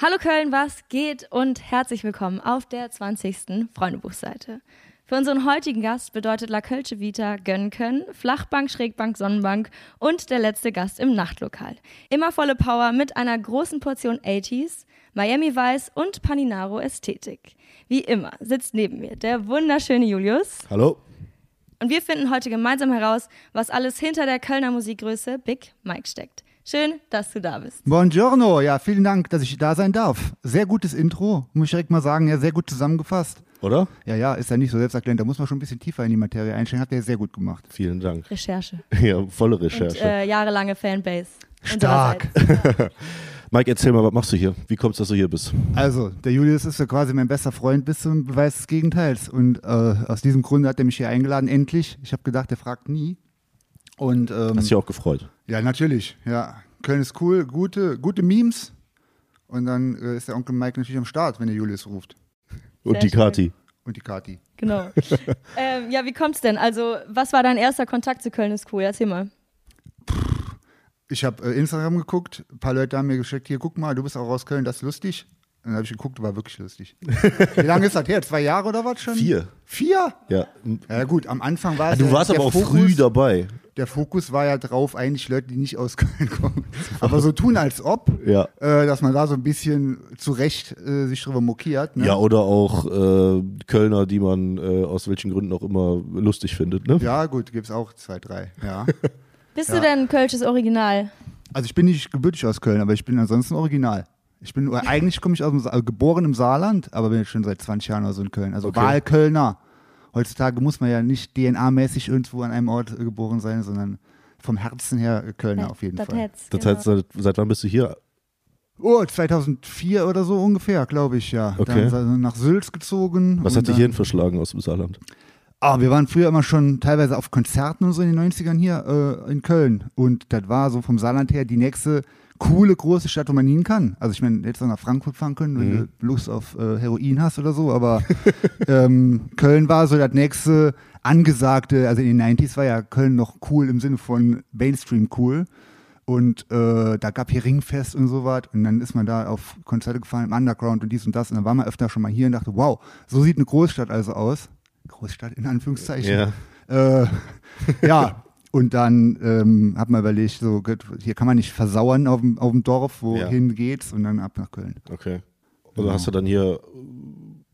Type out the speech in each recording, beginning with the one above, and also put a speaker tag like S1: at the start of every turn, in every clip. S1: Hallo Köln, was geht und herzlich willkommen auf der 20. Freundebuchseite. Für unseren heutigen Gast bedeutet La Kölsche Vita gönnen können, Flachbank, Schrägbank, Sonnenbank und der letzte Gast im Nachtlokal. Immer volle Power mit einer großen Portion 80s, Miami Vice und Paninaro Ästhetik. Wie immer sitzt neben mir der wunderschöne Julius.
S2: Hallo.
S1: Und wir finden heute gemeinsam heraus, was alles hinter der Kölner Musikgröße Big Mike steckt. Schön, dass du da bist.
S2: Buongiorno. Ja, vielen Dank, dass ich da sein darf. Sehr gutes Intro, muss ich direkt mal sagen. Ja, sehr gut zusammengefasst.
S3: Oder?
S2: Ja, ja, ist ja nicht so selbsterklärend. Da muss man schon ein bisschen tiefer in die Materie einsteigen. Habt ihr sehr gut gemacht.
S3: Vielen Dank.
S1: Recherche
S3: Ja, volle
S1: und
S3: Recherche.
S1: äh, jahrelange Fanbase.
S2: Stark.
S1: unsererseits.
S3: Mike, erzähl mal, was machst du hier? Wie kommst du, dass du hier bist?
S1: Hm.
S2: Also, der Julius ist ja quasi mein bester Freund bis zum Beweis des Gegenteils. Und äh, aus diesem Grunde hat er mich hier eingeladen, endlich. Ich habe gedacht, er fragt nie. Und ähm,
S3: Hast dich auch gefreut.
S2: ja, natürlich. Ja, Köln ist cool, gute, gute Memes. Und dann äh, ist der Onkel Mike natürlich am Start, wenn der Julius ruft.
S3: Und
S1: Sehr
S3: die
S1: schön.
S3: Kati.
S2: Und die Kati.
S1: Genau. ähm, ja, wie kommt's denn? Also, was war dein erster Kontakt zu Köln ist cool? Erzähl mal.
S2: ich habe äh, Instagram geguckt, ein paar Leute haben mir geschickt, hier, guck mal, du bist auch aus Köln, das ist lustig. Dann habe ich geguckt, war wirklich lustig. Wie lange ist das her? Zwei Jahre oder was schon?
S3: Vier.
S2: Vier?
S3: Ja.
S2: Ja gut, am Anfang war es
S3: Du
S2: ja-
S3: warst
S2: Also, der
S3: aber auch
S2: Fokus,
S3: früh dabei.
S2: Der Fokus war ja drauf, eigentlich Leute, die nicht aus Köln kommen. Aber so tun, als ob,
S3: Ja.
S2: äh, dass man da so ein bisschen zu Recht äh, sich drüber mokiert. Ne?
S3: Ja, oder auch äh, Kölner, die man äh, aus welchen Gründen auch immer lustig findet, ne?
S2: ja gut, gibt es auch zwei, drei. Ja.
S1: Bist du
S2: Ja.
S1: denn Kölsches Original?
S2: Also ich bin nicht gebürtig aus Köln, aber ich bin ansonsten original. Ich bin eigentlich komme ich aus dem Sa- also geboren im Saarland, aber bin jetzt schon seit 20 Jahren oder so in Köln. Also
S3: Okay.
S2: Wahlkölner. Heutzutage muss man ja nicht DNA-mäßig irgendwo an einem Ort äh, geboren sein, sondern vom Herzen her äh, Kölner auf jeden
S1: das
S2: Fall.
S1: Herz,
S3: Das
S1: genau.
S3: heißt, seit, seit wann bist du hier?
S2: Oh, 2004 oder so ungefähr, glaube ich, ja.
S3: Okay.
S2: Dann sa- nach Sülz gezogen.
S3: Was
S2: und
S3: hat dich
S2: dann-
S3: hierhin verschlagen aus dem Saarland?
S2: Ah, wir waren früher immer schon teilweise auf Konzerten und so in den 90ern hier äh, in Köln. Und das war so vom Saarland her die nächste coole große Stadt, wo man hin kann. Also ich meine, hättest du auch nach Frankfurt fahren können, wenn du Lust auf äh, Heroin hast oder so. Aber ähm, Köln war so das nächste angesagte, also in den 90s war ja Köln noch cool im Sinne von Mainstream cool. Und äh, da gab hier Ringfest und so was. Und dann ist man da auf Konzerte gefahren im Underground und dies und das. Und dann war man öfter schon mal hier und dachte, wow, so sieht eine Großstadt also aus. Großstadt in Anführungszeichen. Ja. Äh, ja. Und dann ähm, hat man überlegt, so, gut, hier kann man nicht versauern auf dem, auf dem Dorf, wohin geht's und dann ab nach Köln.
S3: Okay. Also hast du dann hier äh,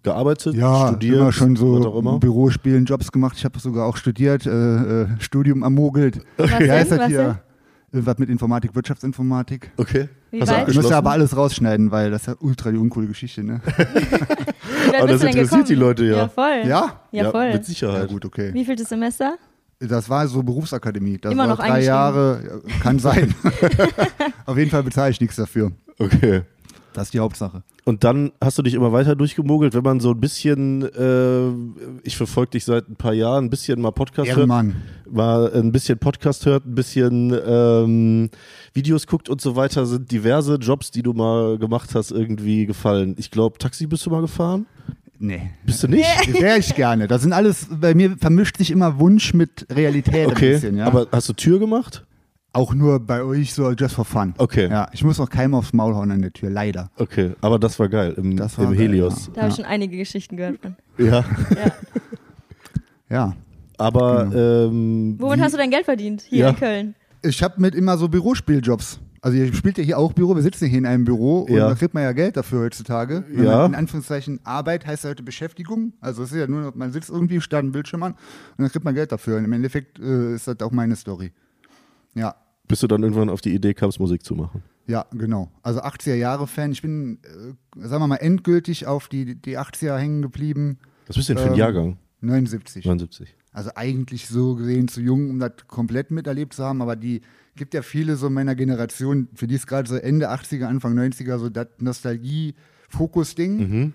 S3: gearbeitet,
S2: Ja,
S3: studiert,
S2: immer schon
S3: was auch
S2: so
S3: immer?
S2: Bürospielen, Jobs gemacht. Ich habe sogar auch studiert, äh, äh, Studium ermogelt.
S1: Was
S2: Wie
S1: denn?
S2: heißt das
S1: Was
S2: hier? Irgendwas mit Informatik, Wirtschaftsinformatik.
S3: Okay.
S1: Wie
S3: hast du
S1: weit?
S2: Ich müsste aber
S3: abgeschlossen?
S2: alles rausschneiden, weil das ist ja ultra die uncoole Geschichte, ne?
S1: Wie weit
S3: Aber
S1: bist
S3: das
S1: du denn
S3: interessiert
S1: gekommen?
S3: die Leute ja. halt.
S1: Ja, voll.
S2: Ja?
S1: Ja, voll.
S3: mit
S2: Ja,
S3: Sicherheit.
S2: gut, okay.
S1: Wie vieltes Semester?
S2: Das war so Berufsakademie. Das
S1: Immer
S2: war
S1: noch
S2: drei Jahre, ja, kann sein. Auf jeden Fall bezahle ich nichts dafür.
S3: okay.
S2: Das ist die Hauptsache.
S3: Und dann hast du dich immer weiter durchgemogelt, wenn man so ein bisschen, äh, ich verfolge dich seit ein paar Jahren, ein bisschen mal Podcast hört,
S2: Ehrenmann.
S3: mal ein bisschen Podcast hört, ein bisschen ähm, Videos guckt und so weiter, sind diverse Jobs, die du mal gemacht hast, irgendwie gefallen. Ich glaube, Taxi bist du mal gefahren?
S2: Nee.
S3: Bist du nicht?
S2: Wäre ich gerne. Das sind alles, bei mir vermischt sich immer Wunsch mit Realität
S3: Okay,
S2: ein bisschen, ja.
S3: aber hast du Tür gemacht?
S2: auch nur bei euch so just for fun.
S3: Okay.
S2: Ja, ich muss noch keinem aufs Maul hauen an der Tür, leider.
S3: Okay, aber das war geil im,
S2: Das war
S3: im
S2: geil,
S3: Helios.
S1: Da habe ich schon einige Geschichten gehört von.
S3: Ja,
S2: Ja.
S3: aber
S2: Genau.
S3: ähm,
S1: Womit
S3: wie-
S1: hast du dein Geld verdient? Hier
S3: Ja.
S1: in Köln.
S2: Ich habe mit immer so Bürospieljobs. Also ihr spielt ja hier auch Büro, wir sitzen hier in einem Büro und
S3: Ja.
S2: da kriegt man ja Geld dafür heutzutage. Wenn
S3: Ja.
S2: man in Anführungszeichen Arbeit heißt ja heute Beschäftigung. Also es ist ja nur, man sitzt irgendwie, starrt einen Bildschirm an und dann kriegt man Geld dafür. Und im Endeffekt äh, ist das auch meine Story. Ja,
S3: bist du dann irgendwann auf die Idee kamst, Musik zu machen?
S2: ja, genau. Also 80er Jahre Fan. Ich bin, äh, sagen wir mal, endgültig auf die, die 80er hängen geblieben.
S3: Was bist du denn für ein
S2: Ähm,
S3: Jahrgang?
S2: 79.
S3: 79.
S2: Also eigentlich so gesehen zu jung, um das komplett miterlebt zu haben, aber die gibt ja viele so meiner Generation, für die ist gerade so Ende 80er, Anfang 90er so das Nostalgie-Fokus-Ding.
S3: Mhm.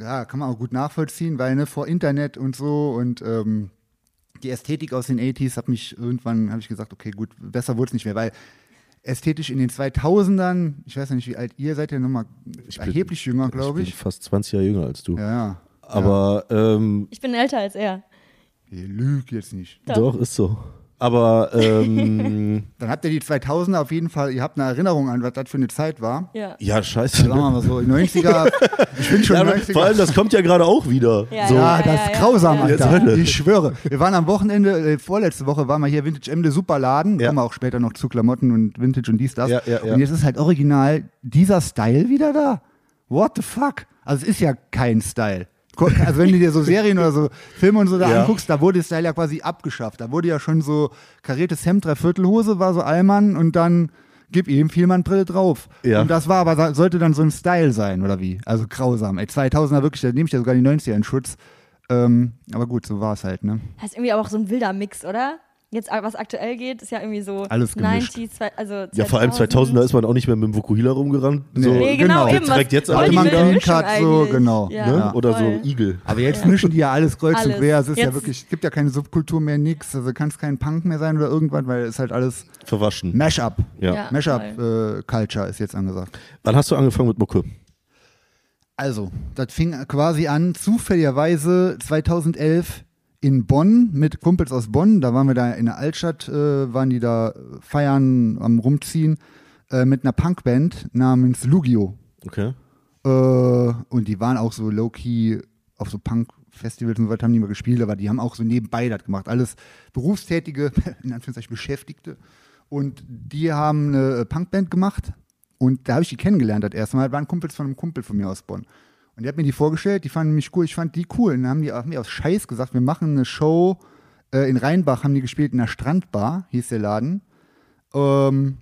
S2: Ja, kann man auch gut nachvollziehen, weil ne, vor Internet und so und ähm, die Ästhetik aus den 80s hat mich irgendwann, habe ich gesagt, okay, gut, besser wurde es nicht mehr, weil ästhetisch in den 2000ern, ich weiß ja nicht, wie alt ihr seid, ja nochmal
S3: bin-
S2: erheblich jünger, glaube
S3: Ich
S2: ich.
S3: bin fast 20 Jahre jünger als du.
S2: Ja, ja.
S3: Aber ähm,
S1: Ich bin älter als er.
S2: Ihr lügt jetzt nicht.
S3: doch, ist so. Aber ähm,
S2: Dann habt ihr die 2000er auf jeden Fall, ihr habt eine Erinnerung an, was das für eine Zeit war.
S1: Ja.
S3: ja, scheiße.
S2: Sagen wir mal so, 90er, ich bin schon
S3: Ja, aber
S2: 90er.
S3: vor allem, das kommt ja gerade auch wieder.
S1: Ja,
S3: so.
S2: Ja, das
S1: ja,
S2: ist grausam,
S1: ja.
S3: Ja,
S2: Alter.
S3: Hölle.
S2: ich schwöre. Wir waren am Wochenende, äh, vorletzte Woche waren wir hier Vintage Emde Superladen.
S3: Ja.
S2: Kommen wir auch später noch zu Klamotten und Vintage und dies, das.
S3: Ja, ja, ja.
S2: Und jetzt ist halt original dieser Style wieder da. What the fuck? Also es ist ja kein Style. Ko- Also wenn du dir so Serien oder so Filme und so da
S3: Ja.
S2: anguckst, da wurde der Style ja quasi abgeschafft. Da wurde ja schon so kariertes Hemd, Dreiviertelhose war so Allmann und dann gib ihm Vielmann-Brille drauf.
S3: Ja.
S2: Und das war aber, sa- sollte dann so ein Style sein, oder wie? Also grausam. Ey, 2000er wirklich, da nehme ich ja sogar die 90er in Schutz. Ähm, aber gut, so war es halt, ne?
S1: Das ist irgendwie aber auch so ein wilder Mix, oder? Jetzt, was aktuell geht, ist ja irgendwie so
S2: Alles gemischt.
S1: 90s, zwei- also 2000.
S3: Ja, vor allem 2000er ist man auch nicht mehr mit dem Vukuhila rumgerannt. So, ne?
S1: Nee,
S2: Nee,
S1: genau,
S2: genau.
S1: eben.
S3: Direkt jetzt
S1: voll
S3: aber
S1: die
S3: man
S1: wilde
S2: Green
S1: Mischung
S2: Card so,
S1: eigentlich.
S2: genau.
S1: Ja,
S3: ne?
S2: Ja.
S3: Oder
S1: voll.
S3: so Igel.
S2: Aber jetzt mischen die ja alles kreuz
S1: Alles.
S2: und quer. Es ist ja
S1: Jetzt-
S2: wirklich, es gibt ja keine Subkultur mehr, nix. Also kann es kein Punk mehr sein oder irgendwann, weil es halt alles
S3: Verwaschen.
S2: Mashup.
S3: Ja.
S1: Ja.
S2: Mashup-Culture ist jetzt angesagt.
S3: Wann hast du angefangen mit Mucke?
S2: Also, das fing quasi an, zufälligerweise 2011 in Bonn mit Kumpels aus Bonn. Da waren wir da in der Altstadt, äh, waren die da feiern, am Rumziehen, äh, mit einer Punkband namens Lugio.
S3: Okay.
S2: Äh, und die waren auch so low-key auf so Punk-Festivals und so weiter, haben die mal gespielt, aber die haben auch so nebenbei das gemacht. Alles berufstätige, in Anführungszeichen Beschäftigte. Und die haben eine äh, Punkband gemacht und da habe ich die kennengelernt das erste Mal. Das waren Kumpels von einem Kumpel von mir aus Bonn. Und der hat mir die vorgestellt, die fanden mich cool, ich fand die cool. Und dann haben die haben mir aus Scheiß gesagt, wir machen eine Show äh, in Rheinbach, haben die gespielt in der Strandbar, hieß der Laden. Ähm,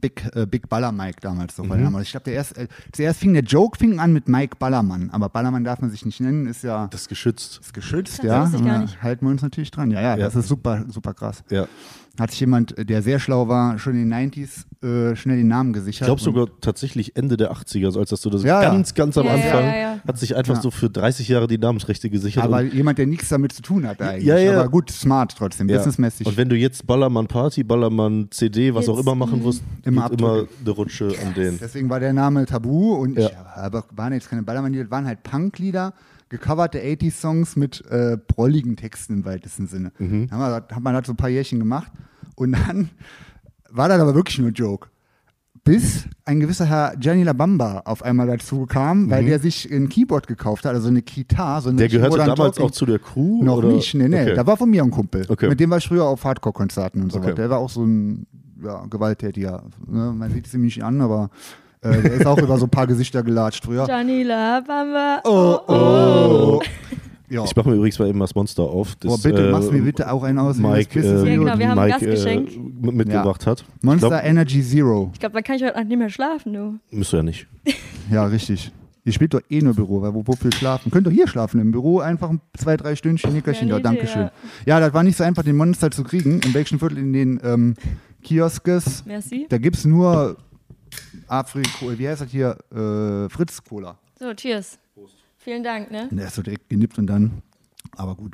S2: Big, äh, Big Baller Mike damals noch. Mhm. Ich glaube, der erst, äh, zuerst fing der Joke fing an mit Mike Ballermann, aber Ballermann darf man sich nicht nennen, ist ja
S3: Das ist geschützt.
S2: ist geschützt,
S1: Das
S2: ja.
S1: wusste ich gar
S2: Und da
S1: nicht.
S2: Halten wir uns natürlich dran. Ja, ja,
S3: Ja.
S2: das ist super, super krass.
S3: Ja.
S2: Hat sich jemand, äh, der sehr schlau war, schon in den 90s äh, schnell den Namen
S3: Ich
S2: gesichert.
S3: glaube
S2: und-
S3: sogar tatsächlich Ende der 80er, so als dass du das
S2: Ja, ja.
S3: ganz, ganz am
S1: Ja, ja,
S3: Anfang
S1: ja, ja.
S3: hat sich einfach so für 30 Jahre die Namensrechte gesichert.
S2: Aber
S3: und,
S2: jemand, der nichts damit zu tun hat eigentlich.
S3: also Ja, ja.
S2: Aber gut, smart trotzdem,
S3: ja.
S2: businessmäßig.
S3: Und wenn du jetzt Ballermann Party, Ballermann CD, was
S1: Jetzt,
S3: auch immer machen wirst,
S2: Immer
S3: geht immer eine Rutsche an den.
S2: Deswegen war der Name Tabu und ich,
S3: Ja.
S2: aber waren jetzt keine Ballermann-Lieder, das waren halt Punk-Lieder, gecoverte 80s-Songs mit äh, prolligen Texten im weitesten Sinne.
S3: Mhm.
S2: Da haben wir, das- hat man das so ein paar Jährchen gemacht und dann war das aber wirklich nur Joke. Bis ein gewisser Herr Gianni Labamba auf einmal dazu kam, weil der sich ein Keyboard gekauft hat, also eine Gitarre. So eine
S3: Mhm. Der
S2: richtig
S3: gehörte
S2: modern
S3: damals
S2: Talking-
S3: auch zu der Crew?
S2: noch
S3: oder?
S2: nicht, nee, nee.
S3: Okay.
S2: Da war von mir ein Kumpel.
S3: Okay.
S2: Mit dem war ich früher auf Hardcore-Konzerten und so
S3: Okay.
S2: weiter. Der war auch so ein ja, gewalttätiger. Ne? Man sieht es ihm nicht an, aber äh, der ist auch über so ein paar Gesichter gelatscht früher.
S1: Janila Bamba.
S2: Oh, oh. Ja.
S3: Ich mache mir übrigens mal eben das Monster auf. Das,
S2: Boah, bitte,
S3: äh,
S2: mach's mir bitte auch einen aus. wie
S3: Mike,
S2: das Business
S3: äh,
S1: Ja, genau, wir haben ein
S3: Mike
S1: Gastgeschenk.
S3: äh, m- mitgebracht hat. Ich
S2: Monster
S3: glaub,
S2: Energy Zero.
S1: Ich glaube, da kann ich heute Nacht nicht mehr schlafen, du.
S3: müsst ihr ja nicht.
S2: Ja, richtig. Ihr spielt doch eh nur Büro, weil wo, wofür schlafen? Könnt doch hier schlafen im Büro, einfach ein- zwei, drei Stündchen, Nickerchen
S1: Ja,
S2: da,
S1: die
S2: Dankeschön.
S1: Idee,
S2: Ja, das war nicht so einfach, den Monster zu kriegen. Im Belgischen Viertel in den ähm, Kioskes.
S1: Merci.
S2: Da gibt es nur Afriko, wie heißt das hier? Äh, Fritz Cola.
S1: So, cheers. Vielen Dank, ne?
S2: Und Der ist so direkt genippt und dann. Aber gut.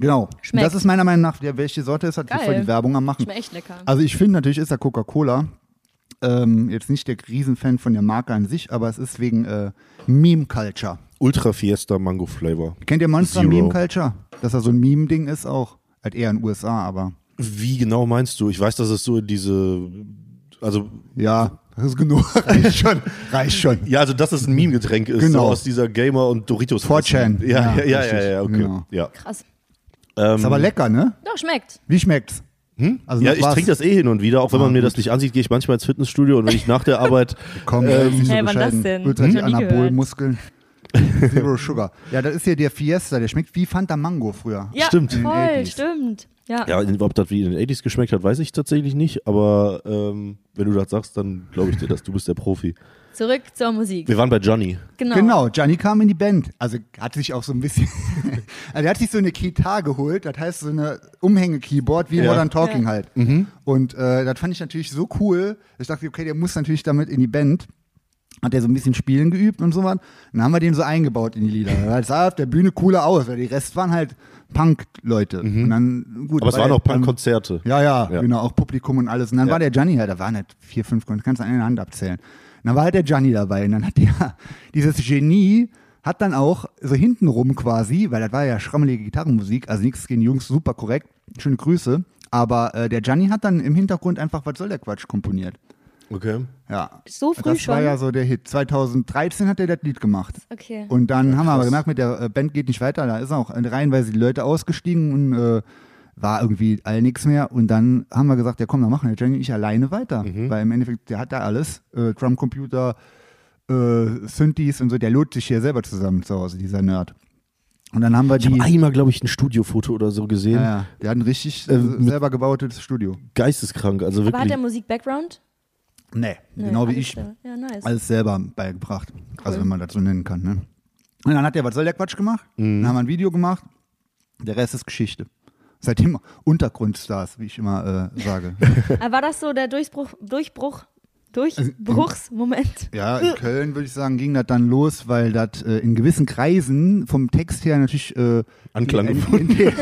S2: Genau.
S1: Schmeckt.
S2: Das ist meiner Meinung nach, der, welche Sorte ist, hat
S1: Geil.
S2: voll die Werbung am Machen.
S1: Ist mir echt lecker.
S2: Also ich finde natürlich ist da Coca-Cola. Ähm, jetzt nicht der Riesenfan von der Marke an sich, aber es ist wegen äh, Meme Culture.
S3: Ultra Fiesta Mango Flavor.
S2: Kennt ihr Monster
S3: Zero.
S2: Meme Culture? Dass da so ein Meme-Ding ist auch. Halt eher in den USA, aber.
S3: Wie genau meinst du? Ich weiß, dass es so in diese. Also,
S2: Ja, das ist genug. Reicht schon. Reicht schon.
S3: ja, also dass es ein Meme-Getränk ist,
S2: Genau.
S3: so aus dieser Gamer- und Doritos.
S2: 4chan.
S3: Ja, ja, ja, ja,
S2: Ja,
S3: ja,
S2: richtig.
S3: okay.
S2: Genau.
S3: Ja.
S1: Krass.
S2: Ist aber lecker, ne?
S1: Doch, schmeckt.
S2: Wie schmeckt's? Hm? Also
S3: ja,
S2: nach
S3: ich
S2: was? Ah,
S3: trinke das eh hin und wieder, auch wenn man mir das nicht ansieht, gehe ich manchmal ins Fitnessstudio und wenn ich nach der Arbeit
S2: Komm, ähm, nicht so
S1: Hey, wann
S2: bescheiden.
S1: das denn?
S2: Ultra
S1: Hab ich
S2: die
S1: noch nie gehört.
S2: Anabolmuskeln. Zero Sugar. Ja, das ist hier der Fiesta, der schmeckt wie Fanta Mango früher.
S1: Ja, genau.
S3: Stimmt.
S1: voll,
S2: In den 80s.
S1: stimmt. Ja.
S3: Ja, ob das wie in den 80s geschmeckt hat, weiß ich tatsächlich nicht, aber ähm, wenn du das sagst, dann glaube ich dir das. Du bist der Profi.
S1: Zurück zur Musik.
S3: Wir waren bei Johnny.
S1: Genau.
S2: Genau, Gianni kam in die Band. Also hat sich auch so ein bisschen. also er hat sich so eine Kitar geholt, das heißt so eine Umhänge-Keyboard wie
S3: Ja. Mhm.
S2: Modern Talking
S1: Ja.
S2: halt. Und äh, das fand ich natürlich so cool. Ich dachte, okay, der muss natürlich damit in die Band. Hat er so ein bisschen Spielen geübt und so was. Dann haben wir den so eingebaut in die Lieder.
S3: Mhm.
S2: Das sah auf der Bühne cooler aus, weil die Rest waren halt Punk-Leute. Und dann, gut,
S3: Mhm. Aber es
S2: war
S3: waren
S2: der-
S3: auch Punk-Konzerte.
S2: Ja, ja,
S3: Ja.
S2: genau, auch Publikum und alles. Und dann
S3: Ja.
S2: war der Gianni ja, da waren halt vier, fünf, Kon- kannst du an einer Hand abzählen. Und dann war halt der Gianni dabei und dann hat der, dieses Genie hat dann auch so hintenrum quasi, weil das war ja schrammelige Gitarrenmusik, also nichts gegen die Jungs, super korrekt, schöne Grüße, Aber äh, der Gianni hat dann im Hintergrund einfach, was soll der Quatsch, komponiert.
S3: Okay.
S2: Ja.
S1: So früh
S2: das
S1: schon.
S2: war ja so der Hit. 2013 hat er das Lied gemacht.
S1: Okay.
S2: Und dann haben wir aber gemerkt, mit der äh, Band geht nicht weiter. Da ist auch reihenweise die Leute ausgestiegen und äh, war irgendwie all nichts mehr. Und dann haben wir gesagt, ja komm, dann machen der Jenny und ich alleine weiter. Weil im Endeffekt, der hat da alles. Äh, Drumcomputer, äh, Synthes und so, der lotet sich hier selber zusammen zu Hause, dieser Nerd. Und dann haben wir
S3: Ich
S2: die,
S3: habe einmal, glaube ich, ein Studiofoto oder so gesehen.
S2: ja, ja, der hat ein richtig äh,
S3: mit-
S2: selber gebautes Studio.
S3: Geisteskrank, also
S1: Aber hat
S3: wirklich.
S1: der Musik-Background?
S2: Nee,
S1: Nee,
S2: genau wie
S1: alles
S2: ich. Also
S1: klar. Ja, nice.
S2: alles selber beigebracht. Also wenn man das so nennen kann. Ne? Und dann hat er, was soll der Quatsch gemacht? Dann haben wir ein Video gemacht. Der Rest ist Geschichte. Seitdem Untergrundstars, wie ich immer äh, sage.
S1: Aber war das so der Durchbruch, Durchbruch, Durchbruchsmoment?
S2: ja, in Köln würde ich sagen, ging das dann los, weil das äh, in gewissen Kreisen vom Text her natürlich äh,
S3: Anklang
S2: in, in, in,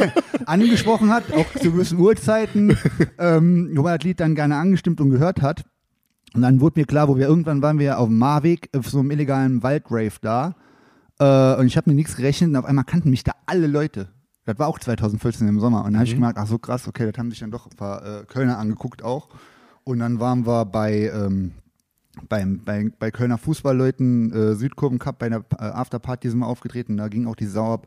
S2: angesprochen hat, auch zu gewissen Uhrzeiten, ähm, wo man das Lied dann gerne angestimmt und gehört hat. Und dann wurde mir klar, wo wir irgendwann waren wir auf dem Marweg, äh, auf so einem illegalen Waldrave da. Äh, und ich habe mir nichts gerechnet und auf einmal kannten mich da alle Leute. Das war auch 2014 im Sommer. Und dann habe ich gemerkt, ach so krass, okay, das haben sich dann doch ein paar äh, Kölner angeguckt auch. Und dann waren wir bei, ähm, beim, bei, bei Kölner Fußballleuten, äh, Südkurven Cup, bei einer äh, Afterparty sind wir aufgetreten, da ging auch die Sau ab.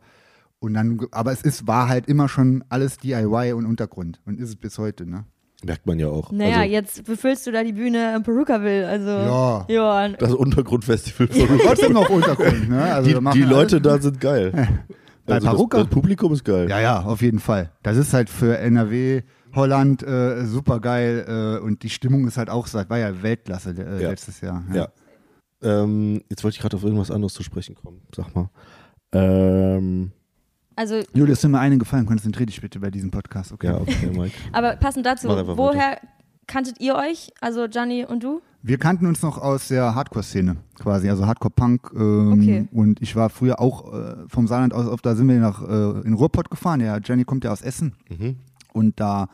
S2: Und dann, aber es ist, war halt immer schon alles DIY und Untergrund und ist es bis heute, ne?
S3: Merkt man ja auch.
S1: Naja,
S3: also,
S1: jetzt befüllst du da die Bühne in Perukaville, also.
S2: Ja.
S1: Ja,
S3: das Untergrundfestival von
S2: Trotzdem noch Untergrund, ne? Also
S3: die,
S2: wir machen
S3: die
S2: alles.
S3: Leute da sind geil. Also
S2: Bei
S3: das,
S2: Paruka?
S3: das Publikum ist geil.
S2: Ja, ja, auf jeden Fall. Das ist halt für NRW, Holland äh, super geil äh, und die Stimmung ist halt auch seit, war ja Weltklasse äh,
S3: Ja.
S2: letztes Jahr.
S3: Ja. Ähm, jetzt wollte ich gerade auf irgendwas anderes zu sprechen kommen. Sag mal. Ähm,
S1: also,
S2: Julius, ist mir einen gefallen, konzentrier dich bitte bei diesem Podcast, okay?
S3: ja, okay, Mike.
S1: aber passend dazu,
S3: Mach einfach
S1: woher kanntet ihr euch, also Gianni und du?
S2: Wir kannten uns noch aus der Hardcore-Szene quasi, also Hardcore-Punk. Ähm,
S1: Okay.
S2: Und ich war früher auch äh, vom Saarland aus, oft, da sind wir nach äh, in Ruhrpott gefahren. Ja, Jenny kommt ja aus Essen.
S3: Mhm.
S2: Und da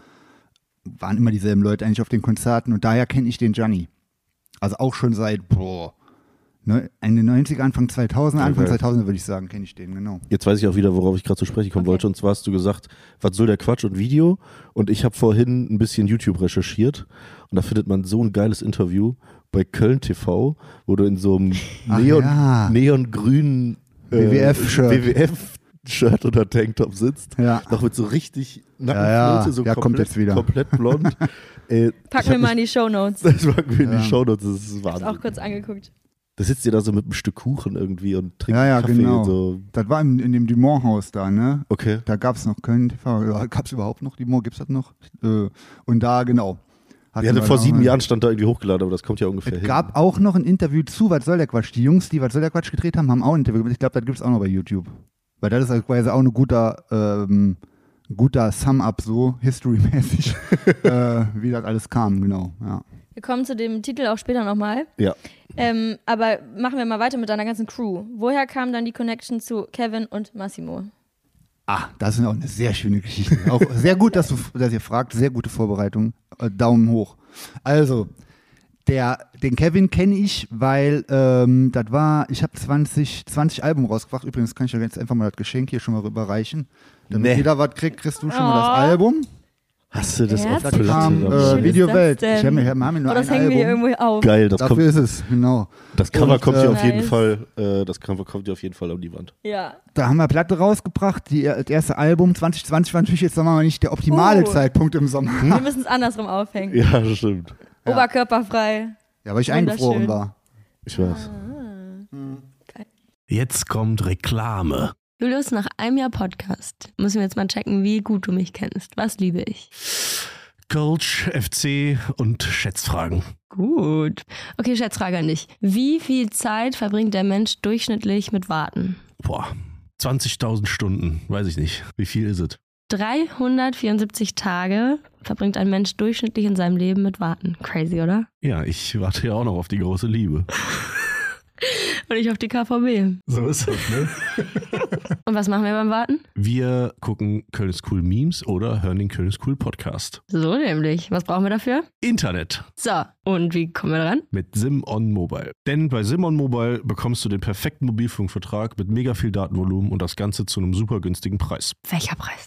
S2: waren immer dieselben Leute eigentlich auf den Konzerten und daher kenne ich den Johnny. Also auch schon seit, boah, ne, Ende 90er, Anfang 2000, Anfang
S3: Okay.
S2: 2000 würde ich sagen, kenne ich den, genau.
S3: Jetzt weiß ich auch wieder, worauf ich gerade zu sprechen kommen
S1: Okay.
S3: wollte. Und zwar hast du gesagt, was soll der Quatsch und Video? Und ich habe vorhin ein bisschen YouTube recherchiert und da findet man so ein geiles Interview bei Köln TV, wo du in so einem
S2: Ach
S3: Neon,
S2: ja.
S3: neongrünen äh,
S2: WWF-Shirt.
S3: WWF-Shirt oder Tanktop sitzt.
S2: Ja.
S3: Noch mit so richtig Nackenflote,
S2: Ja, ja.
S3: so
S2: Ja,
S3: komplett,
S2: kommt jetzt wieder.
S3: komplett blond.
S1: Packen
S3: äh, ich
S1: wir
S3: hab
S1: mal in
S3: mich-
S1: die Shownotes.
S3: Das packen wir in
S2: Ja.
S3: die Shownotes, das ist
S1: Hab's auch
S3: Wahnsinn.
S1: kurz angeguckt.
S3: Da sitzt ihr da so mit einem Stück Kuchen irgendwie und trinkt
S2: Ja, ja,
S3: Kaffee
S2: genau.
S3: und so.
S2: Das war in, in dem Dumont-Haus da, ne?
S3: Okay.
S2: Da gab es noch Köln TV, oder gab es überhaupt noch Dumont, gibt es das noch? Äh, Und da, genau. hatten
S3: Wir hatten
S2: wir
S3: vor
S2: noch
S3: sieben
S2: mal-
S3: Jahren stand da irgendwie hochgeladen, aber das kommt ja ungefähr
S2: Es
S3: hin.
S2: gab auch noch ein Interview zu Was soll der Quatsch? Die Jungs, die Was soll der Quatsch gedreht haben, haben auch ein Interview gemacht. Ich glaube, das gibt es auch noch bei YouTube. Weil das ist also quasi auch ein guter, ähm, guter Sum-Up so, history-mäßig, äh, wie das alles kam, genau. Ja.
S1: Wir kommen zu dem Titel auch später nochmal.
S3: Ja.
S1: Ähm, aber machen wir mal weiter mit deiner ganzen Crew. Woher kam dann die Connection zu Kevin und Massimo?
S2: Ah, das ist auch eine sehr schöne Geschichte. Auch sehr gut, dass, du, dass ihr fragt. Sehr gute Vorbereitung. Äh, Daumen hoch. Also, der, den Kevin kenne ich, weil ähm, das war, ich habe 20, 20 Alben rausgebracht. Übrigens kann ich ja jetzt einfach mal das Geschenk hier schon mal rüberreichen. Damit
S3: Nee.
S2: jeder was kriegt, kriegst du schon mal das
S1: Oh.
S2: Album.
S3: Hast du das auf
S1: Herzlich
S3: Platte?
S1: Das
S2: Kam,
S1: ist ja
S2: äh,
S1: schön.
S2: Video
S1: Wie ist das
S2: Welt.
S1: denn?
S2: Ich habe mir, hab mir nur
S1: Oh, das
S2: ein
S1: hängen wir hier
S2: Album.
S1: irgendwo auf.
S3: Geil, das,
S2: Dafür
S3: kommt,
S2: ist es, genau.
S3: das Cover
S2: und,
S3: kommt
S2: äh,
S3: dir auf jeden
S1: Nice.
S3: Fall, äh, das Cover kommt dir auf jeden Fall an die Wand.
S1: Ja.
S2: Da haben wir Platte rausgebracht. Die, äh, das erste Album 2020 war natürlich jetzt sagen wir mal nicht der optimale
S1: Oh. Hm?
S2: Zeitpunkt im Sommer.
S1: Wir müssen es andersrum aufhängen.
S3: Ja, das stimmt.
S1: Oberkörperfrei.
S2: Ja, weil ich eingefroren
S1: Wunderschön.
S2: war.
S3: Ich weiß.
S4: Jetzt kommt Reklame.
S5: Julius, nach einem Jahr Podcast müssen wir jetzt mal checken, wie gut du mich kennst. Was liebe ich?
S4: Coach, FC und Schätzfragen.
S5: Gut. Okay, Schätzfrage an dich. Wie viel Zeit verbringt der Mensch durchschnittlich mit Warten?
S4: Boah, 20.000 Stunden, weiß ich nicht. Wie viel ist es?
S5: 374 Tage verbringt ein Mensch durchschnittlich in seinem Leben mit Warten. Crazy, oder?
S4: Ja, ich warte ja auch noch auf die große Liebe.
S5: Und ich auf die KVB.
S4: So ist das, ne?
S5: Und was machen wir beim Warten?
S4: Wir gucken Köln ist cool Memes oder hören den Köln ist cool Podcast.
S5: So nämlich. Was brauchen wir dafür?
S4: Internet
S5: So, und wie kommen wir dran?
S4: mit Simon Mobile. Denn bei Simon Mobile bekommst du den perfekten Mobilfunkvertrag mit mega viel Datenvolumen und das Ganze zu einem super günstigen Preis.
S5: Welcher Preis?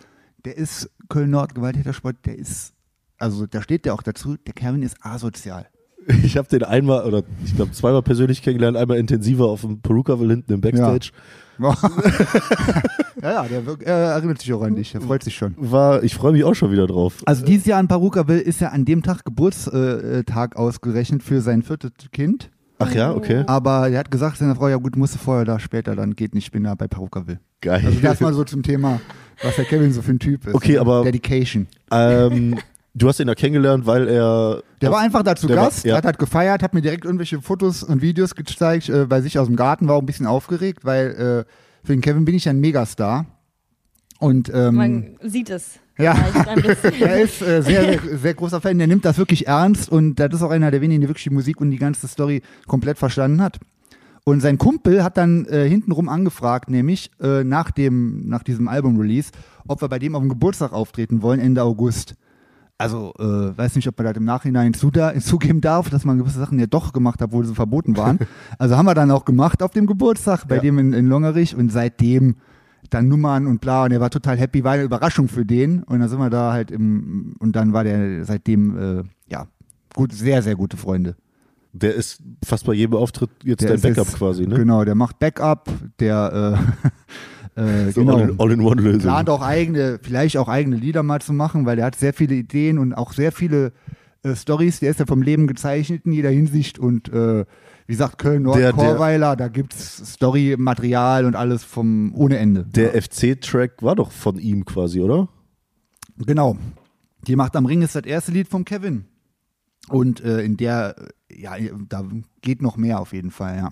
S2: der ist Köln-Nord, Gewalttätersport, der ist, also da steht der auch dazu, der Kevin ist asozial.
S3: Ich habe den einmal oder ich glaube zweimal persönlich kennengelernt, einmal intensiver auf dem Perukaville hinten im Backstage.
S2: ja, ja, der wirk- er erinnert sich auch an dich, der freut sich schon.
S3: War, ich freue mich auch schon wieder drauf.
S2: Also dieses Jahr in Parukaville ist ja an dem Tag Geburtstag ausgerechnet für sein viertes Kind.
S3: Ach ja,
S2: Also,
S3: okay.
S2: Aber er hat gesagt seiner Frau, ja gut, musst du vorher da, später, dann geht nicht, ich bin da bei Parukaville.
S3: Geil.
S2: Also das mal so zum Thema, was der Kevin so für ein Typ ist.
S3: Okay, aber-
S2: Dedication.
S3: ähm, du hast ihn da kennengelernt, weil er.
S2: Der war einfach dazu
S3: Der war-
S2: Gast,
S3: ja.
S2: hat halt gefeiert, hat mir direkt irgendwelche Fotos und Videos gezeigt äh, bei sich aus dem Garten, war auch ein bisschen aufgeregt, weil äh, für den Kevin bin ich ja ein Megastar. Und ähm,
S1: Man sieht es.
S2: Ja.
S1: vielleicht Ein bisschen.
S2: er ist äh, sehr, sehr, sehr großer Fan, der nimmt das wirklich ernst und das ist auch einer der wenigen, der wirklich die Musik und die ganze Story komplett verstanden hat. Und sein Kumpel hat dann äh, hintenrum angefragt, nämlich äh, nach, dem, nach diesem Album-Release, ob wir bei dem auf dem Geburtstag auftreten wollen, Ende August. Also, äh, weiß nicht, ob man das im Nachhinein zuda- zugeben darf, dass man gewisse Sachen ja doch gemacht hat, wo sie verboten waren. Also haben wir dann auch gemacht auf dem Geburtstag bei
S3: Ja.
S2: dem in, in Longerich und seitdem dann Nummern und bla und er war total happy, war eine Überraschung für den und dann sind wir da halt im, und dann war der seitdem, äh, ja, gut, sehr, sehr gute Freunde.
S3: Der ist fast bei jedem Auftritt jetzt
S2: Der
S3: dein
S2: ist
S3: Backup
S2: jetzt-
S3: quasi, ne?
S2: Genau, der macht Backup, der äh, äh,
S3: So
S2: genau,
S3: all- All-in-One-Lösung.
S2: plant auch eigene, vielleicht auch eigene Lieder mal zu machen, weil der hat sehr viele Ideen und auch sehr viele äh, Stories. Der ist ja vom Leben gezeichnet in jeder Hinsicht und äh, wie gesagt, Köln, Nord,
S3: Der- der-
S2: Chorweiler, da gibt's Story-Material und alles vom ohne Ende.
S3: Der FC-Track war doch von ihm quasi, oder?
S2: Genau. Die Macht am Ring ist das erste Lied von Kevin. Und äh, in der, äh, ja, da geht noch mehr auf jeden Fall, ja.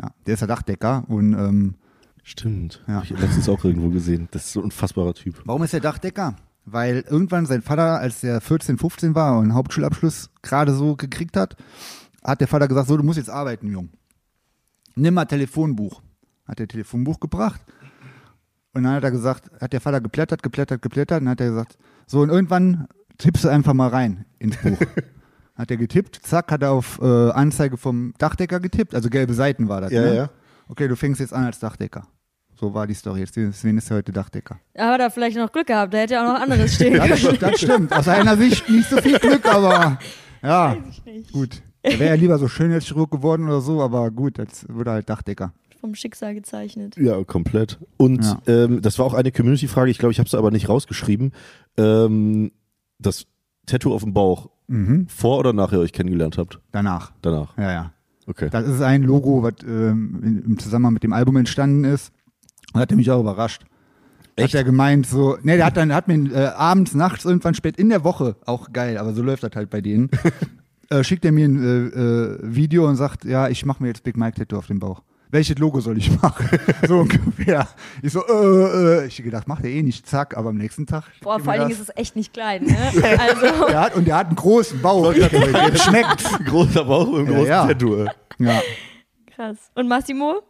S2: ja. Der ist ja Dachdecker und ähm,
S3: Stimmt.
S2: Ja.
S3: Hab ich letztens auch irgendwo gesehen. Das ist so ein unfassbarer Typ.
S2: warum ist er Dachdecker? Weil irgendwann sein Vater, als er 14, 15 war und einen Hauptschulabschluss gerade so gekriegt hat, hat der Vater gesagt, so, du musst jetzt arbeiten, Jung. Nimm mal Telefonbuch. Hat er Telefonbuch gebracht. Und dann hat er gesagt, hat der Vater geblättert, geblättert, geblättert. Und dann hat er gesagt, so, und irgendwann tippst du einfach mal rein ins Buch. hat er getippt, zack, hat er auf äh, Anzeige vom Dachdecker getippt. Also gelbe Seiten war das.
S3: Ja,
S2: ne?
S3: ja.
S2: Okay, du fängst jetzt an als Dachdecker. So war die Story. Jetzt- Deswegen ist er heute Dachdecker.
S1: Aber da vielleicht noch Glück gehabt, da hätte ja auch noch anderes stehen
S2: Ja,
S1: können.
S2: Das, stimmt, das stimmt. Aus einer Sicht nicht so viel Glück, aber ja, gut. Er wäre ja lieber so Schönheitschirurg geworden oder so, aber gut, jetzt wurde er halt Dachdecker.
S1: Vom Schicksal gezeichnet.
S3: Ja, komplett. Und
S2: Ja.
S3: ähm, das war auch eine Community-Frage, ich glaube, ich habe es aber nicht rausgeschrieben. Ähm, das Tattoo auf dem Bauch,
S2: Mhm.
S3: vor oder nachher euch kennengelernt habt?
S2: Danach.
S3: Danach.
S2: Ja, ja.
S3: Okay.
S2: Das ist ein Logo, was ähm, in- im Zusammenhang mit dem Album entstanden ist. Und hat er mich auch überrascht. Hat
S3: Echt?
S2: er gemeint, so, ne, der hat dann, hat mir äh, abends, nachts, irgendwann spät in der Woche, auch geil, aber so läuft das halt bei denen, äh, schickt er mir ein äh, äh, Video und sagt, ja, ich mache mir jetzt Big Mike Tattoo auf den Bauch. Welches Logo soll ich machen? so ungefähr. Ich so, äh, äh, ich hab gedacht, macht er eh nicht, zack, aber am nächsten Tag.
S1: Boah,
S2: schickt
S1: vor
S2: er
S1: allen
S2: mir
S1: Dingen ist es echt nicht klein, ne? Also,
S2: das. der hat, und der hat einen großen Bauch. Schmeckt.
S3: Großer Bauch im
S2: Ja,
S3: großen
S2: ja.
S3: Tattoo. ey.
S2: Ja.
S1: krass. Und Massimo?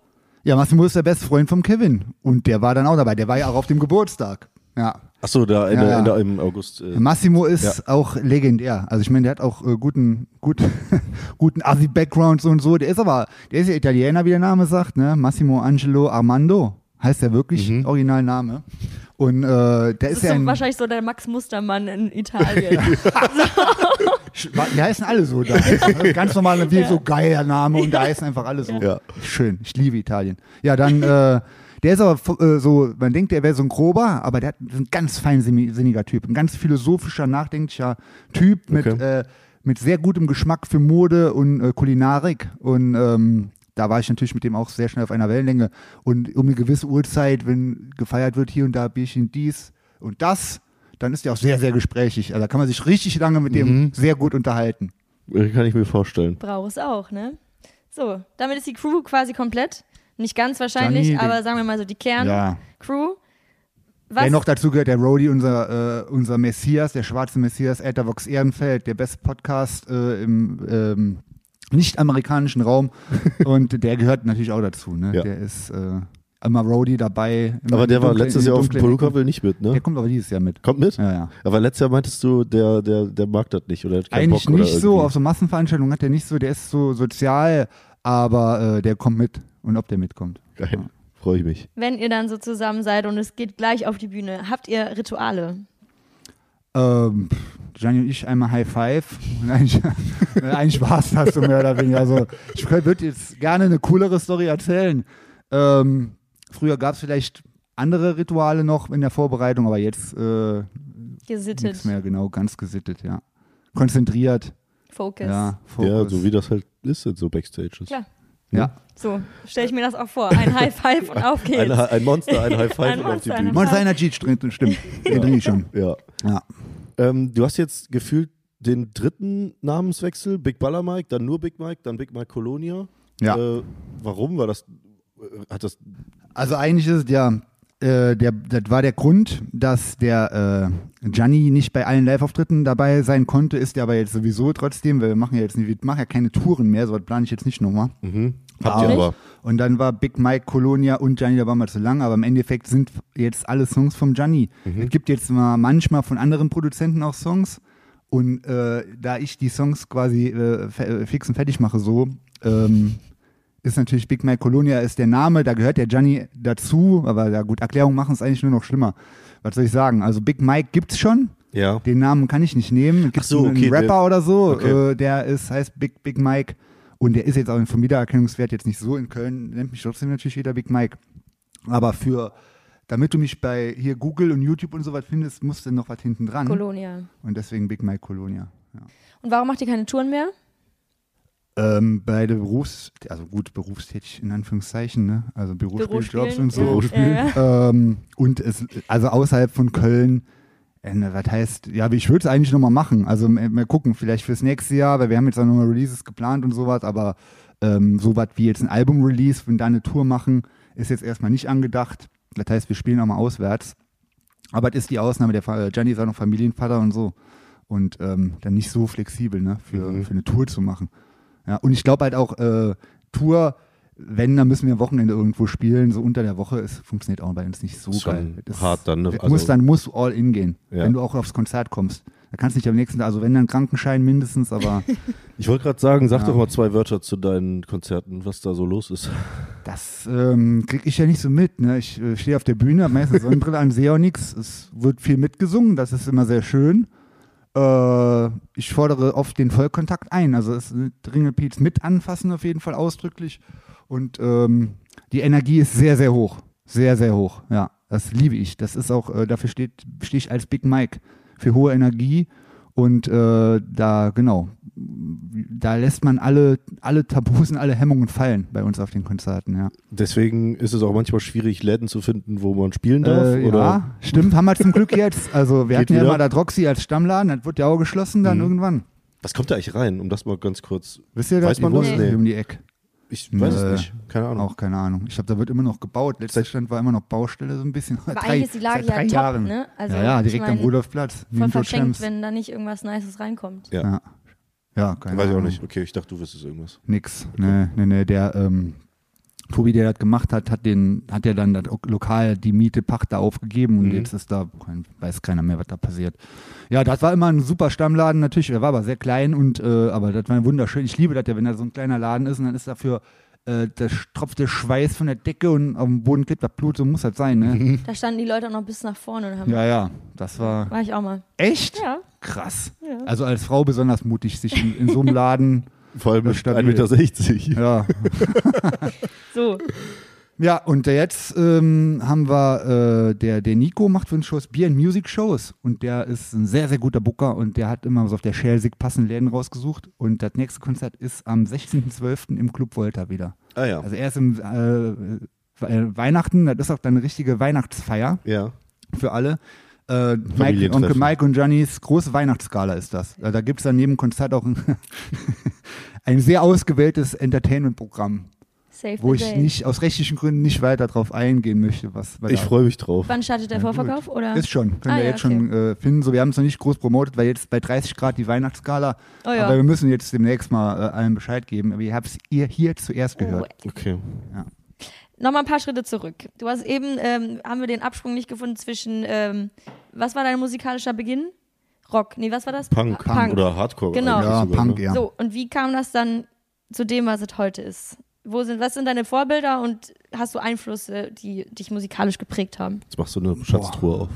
S2: Ja, Massimo ist der beste Freund vom Kevin. Und der war dann auch dabei. Der war ja auch auf dem Geburtstag. Ja.
S3: Achso, da Ende,
S2: Ja, ja.
S3: Ende im August. Äh,
S2: Massimo ist auch legendär. Also ich meine, der hat auch äh, guten, gut, guten Asi-Background so und so. Der ist aber, der ist ja Italiener, wie der Name sagt, ne? Massimo Angelo Armando heißt der wirklich Originalname. Und äh, der
S1: Das
S2: ist,
S1: ist
S2: ja
S1: so
S2: ein,
S1: wahrscheinlich so der Max Mustermann in Italien.
S2: die heißen alle so da. Ganz normal, wie so geiler Name und da heißen einfach alle so.
S3: Ja.
S2: Schön, ich liebe Italien. Ja, dann, äh, der ist aber f- äh, so, man denkt, er wäre so ein grober, aber der hat ist ein ganz feinsinniger Typ, ein ganz philosophischer, nachdenklicher Typ mit,
S3: Okay.
S2: äh, mit sehr gutem Geschmack für Mode und äh, Kulinarik und ähm, da war ich natürlich mit dem auch sehr schnell auf einer Wellenlänge. Und um eine gewisse Uhrzeit, wenn gefeiert wird, hier und da Bierchen dies und das, dann ist der auch sehr, sehr gesprächig. Also da kann man sich richtig lange mit dem sehr gut unterhalten.
S3: kann ich mir vorstellen.
S1: Braucht es auch, ne? So, damit ist die Crew quasi komplett. Nicht ganz wahrscheinlich,
S2: Johnny,
S1: aber
S2: den-
S1: sagen wir mal so die Kern-Crew. Was?
S2: Der noch dazu gehört der Rody, unser, äh, unser Messias, der schwarze Messias, Ethervox Ehrenfeld, der beste Podcast äh, im ähm, nicht-amerikanischen Raum. Und der gehört natürlich auch dazu. Ne?
S3: Ja.
S2: Der ist äh, immer Rody dabei. immer
S3: Aber
S2: in
S3: der war
S2: dunklen-
S3: letztes
S2: in
S3: Jahr auf dem
S2: dunklen Ecken.
S3: Polukabel nicht mit, ne?
S2: Der kommt aber dieses Jahr mit.
S3: Kommt mit?
S2: Ja, ja.
S3: Aber letztes Jahr meintest du, der, der, der mag das nicht oder hat keinen
S2: Eigentlich
S3: Bock
S2: nicht
S3: oder
S2: so,
S3: irgendwie.
S2: auf so Massenveranstaltungen hat der nicht so, der ist so sozial, aber äh, der kommt mit. Und ob der mitkommt.
S3: Geil. Freue ich mich.
S1: Wenn ihr dann so zusammen seid und es geht gleich auf die Bühne, habt ihr Rituale?
S2: Ähm, pff, Gianni und ich einmal High Five. Und eigentlich, eigentlich war es das so mehr oder weniger. Also, ich würde jetzt gerne eine coolere Story erzählen. Ähm, früher gab es vielleicht andere Rituale noch in der Vorbereitung, aber jetzt äh,
S1: Gesittet,
S2: nichts mehr, genau, ganz gesittet, ja. Konzentriert,
S1: Focus.
S2: ja.
S3: Ja,
S2: Fokus.
S3: so wie das halt ist in so Backstages.
S1: Klar.
S2: Ja.
S1: So, stelle ich mir das auch vor. Ein High Five und auf geht's.
S3: Ein, ein Monster, ein High Five
S1: Ein
S3: und auf die
S1: Monster, ein
S3: Bühne.
S2: Monster Energy stimmt, stimmt. Den trinke ich schon.
S3: Ja.
S2: Ja.
S3: Ähm, du hast jetzt gefühlt den dritten Namenswechsel, Big Baller Mike, dann nur Big Mike, dann Big Mike Colonia.
S2: Ja.
S3: Äh, warum war das? äh, Hat das
S2: Also eigentlich ist es ja, äh, der, das war der Grund, dass der äh, Gianni nicht bei allen Live-Auftritten dabei sein konnte, ist er aber jetzt sowieso trotzdem, weil wir machen ja jetzt nicht, machen ja keine Touren mehr, sowas plane ich jetzt nicht nochmal.
S3: habt ihr
S2: Aber-
S3: aber.
S2: Und dann war Big Mike, Colonia und Gianni, da waren wir zu lang, aber im Endeffekt sind jetzt alle Songs vom Gianni.
S3: Mhm.
S2: Es gibt jetzt mal manchmal von anderen Produzenten auch Songs und äh, da ich die Songs quasi äh, fe- äh, fix und fertig mache so, ähm, ist natürlich Big Mike Colonia ist der Name, da gehört der Gianni dazu, aber ja gut, Erklärung machen ist eigentlich nur noch schlimmer. Was soll ich sagen? Also Big Mike gibt's schon,
S3: Ja.
S2: den Namen kann ich nicht nehmen. Es Gibt
S3: Ach so,
S2: einen
S3: okay,
S2: Rapper
S3: der-
S2: oder so,
S3: okay.
S2: äh, der ist, heißt Big, Big Mike. Und der ist jetzt auch vom Wiedererkennungswert jetzt nicht so. In Köln nennt mich trotzdem natürlich jeder Big Mike. Aber für, damit du mich bei hier Google und YouTube und so was findest, musst du noch was hinten dran.
S1: Kolonia.
S2: und deswegen Big Mike Colonia.
S1: Und warum macht ihr keine Touren mehr?
S2: Ähm, beide Berufs, also gut, berufstätig in Anführungszeichen, ne? Also Bürospieljobs
S1: Bürospielen,
S2: und so.
S1: ja.
S2: Bürospiel. Ähm, und es, also außerhalb von Köln, äh, ne, was heißt, ja, ich würde es eigentlich nochmal machen. Also m- mal gucken, vielleicht fürs nächste Jahr, weil wir haben jetzt auch nochmal Releases geplant und sowas, aber ähm, sowas wie jetzt ein Album-Release und da eine Tour machen, ist jetzt erstmal nicht angedacht. Das heißt, wir spielen auch mal auswärts. Aber das ist die Ausnahme. Der Fa- äh, Gianni ist auch noch Familienvater und so. Und ähm, dann nicht so flexibel, ne, für,
S3: Mhm.
S2: für eine Tour zu machen. Ja, und ich glaube halt auch, äh, Tour, wenn, dann müssen wir am Wochenende irgendwo spielen, so unter der Woche, es funktioniert auch bei uns nicht so
S3: Schon
S2: geil. Das
S3: hart dann, ne?
S2: das
S3: Also-
S2: muss dann muss all in gehen,
S3: Ja.
S2: wenn du auch aufs Konzert kommst. Da kannst du nicht am nächsten Tag, also wenn dann Krankenschein mindestens, aber
S3: Ich wollte gerade sagen, sag
S2: Ja.
S3: doch mal zwei Wörter zu deinen Konzerten, was da so los ist.
S2: das ähm, kriege ich ja nicht so mit. Ne? Ich äh, stehe auf der Bühne, habe meistens Sonnenbrille an, sehe auch nichts. Es wird viel mitgesungen, das ist immer sehr schön. Äh, ich fordere oft den Vollkontakt ein. Also es Ringelpiez mit anfassen auf jeden Fall ausdrücklich. Und ähm, die Energie ist sehr, sehr hoch. Sehr, sehr hoch. Ja, das liebe ich. Das ist auch, äh, dafür steht, stehe ich als Big Mike für hohe Energie. Und äh, da, genau, da lässt man alle, alle Tabus und alle Hemmungen fallen bei uns auf den Konzerten, ja.
S3: Deswegen ist es auch manchmal schwierig, Läden zu finden, wo man spielen darf.
S2: Äh,
S3: oder?
S2: Ja, stimmt, haben wir zum Glück jetzt. Also wir
S3: Geht
S2: hatten ja
S3: wieder.
S2: immer da Droxy als Stammladen, das wurde ja auch geschlossen dann
S3: Mhm.
S2: irgendwann.
S3: Was kommt da eigentlich rein, um das mal ganz kurz?
S2: Wisst ihr das?
S3: Weiß man
S2: Ihr wohnt
S3: das? Genau.
S2: nicht
S3: Nee.
S2: um die Ecke.
S3: Ich weiß
S2: Nö.
S3: es nicht. Keine Ahnung.
S2: Auch keine Ahnung. Ich glaube, da wird immer noch gebaut. Letzter Stand war immer noch Baustelle so ein bisschen.
S1: Aber eigentlich ist die Lage
S2: seit
S1: ja
S2: drei
S1: top,
S2: Jahren.
S1: ne? Also,
S2: ja, ja,
S1: ich
S2: direkt am
S1: mein,
S2: Rudolfplatz.
S1: Voll
S2: neben Joe
S1: verschenkt,
S2: Champs.
S1: wenn da nicht irgendwas Nices reinkommt.
S3: Ja.
S2: Ja, ja keine
S3: Weiß ich auch
S2: Ahnung.
S3: nicht. Okay, ich dachte, du wüsstest irgendwas.
S2: Nix. Nee, nee, nee. Der, ähm, Tobi, der das gemacht hat, hat den, hat ja dann das lokal die Miete, Pacht da aufgegeben und jetzt ist da, kein, weiß keiner mehr, was da passiert. Ja, das war immer ein super Stammladen natürlich, der war aber sehr klein und, äh, aber das war wunderschön. Ich liebe das ja, wenn da so ein kleiner Laden ist und dann ist dafür, äh, das tropft der Schweiß von der Decke und auf dem Boden klebt das Blut, so muss das sein, ne?
S1: Da standen die Leute auch noch bis nach vorne und haben.
S2: ja, ja, das war
S1: War ich auch mal.
S2: echt
S1: Ja.
S2: krass. Also als Frau besonders mutig, sich in, in so einem Laden,
S3: Vor allem mit
S2: Stabil.
S3: 1,60 Meter.
S2: ja,
S1: So.
S2: Ja, und jetzt ähm, haben wir, äh, der, der Nico macht für uns Shows Beer and Music Shows und der ist ein sehr, sehr guter Booker und der hat immer so auf der Schelsig passende Läden rausgesucht und das nächste Konzert ist am 16.12. im Club Volta wieder.
S3: Ah ja.
S2: Also erst im äh, äh, Weihnachten, das ist auch dann eine richtige Weihnachtsfeier
S3: ja.
S2: für alle. Äh, Mike,
S3: Familientreffen.
S2: Onkel Mike und Johnnys große Weihnachtsskala ist das. Äh, Da gibt es daneben Konzert auch ein, ein sehr ausgewähltes Entertainment-Programm
S1: Save the
S2: wo ich
S1: date.
S2: nicht aus rechtlichen Gründen nicht weiter drauf eingehen möchte, was weil
S3: Ich
S2: da-
S3: freue mich drauf.
S1: Wann startet der Vorverkauf? Oder?
S2: ist schon, können
S1: Ah,
S2: wir
S1: ja,
S2: jetzt schon äh, finden. So, wir haben es noch nicht groß promotet, weil jetzt bei 30 Grad die Weihnachtsskala.
S1: Oh ja.
S2: Aber wir müssen jetzt demnächst mal äh, allen Bescheid geben. Aber ihr habt es ihr hier zuerst
S1: Oh,
S2: gehört.
S3: Okay.
S1: Nochmal ein paar Schritte zurück. Du hast eben, ähm, haben wir den Absprung nicht gefunden zwischen, ähm, was war dein musikalischer Beginn? Rock. Nee, was war das?
S3: Punk,
S1: Ah, Punk.
S3: oder Hardcore.
S1: Genau.
S3: eigentlich
S2: ja,
S3: sogar,
S2: Punk,
S3: ne?
S2: ja.
S1: So, und wie kam das dann zu dem, was es heute ist? Wo sind, was sind deine Vorbilder und hast du Einflüsse, die dich musikalisch geprägt haben?
S3: Jetzt machst du eine Schatztruhe auf.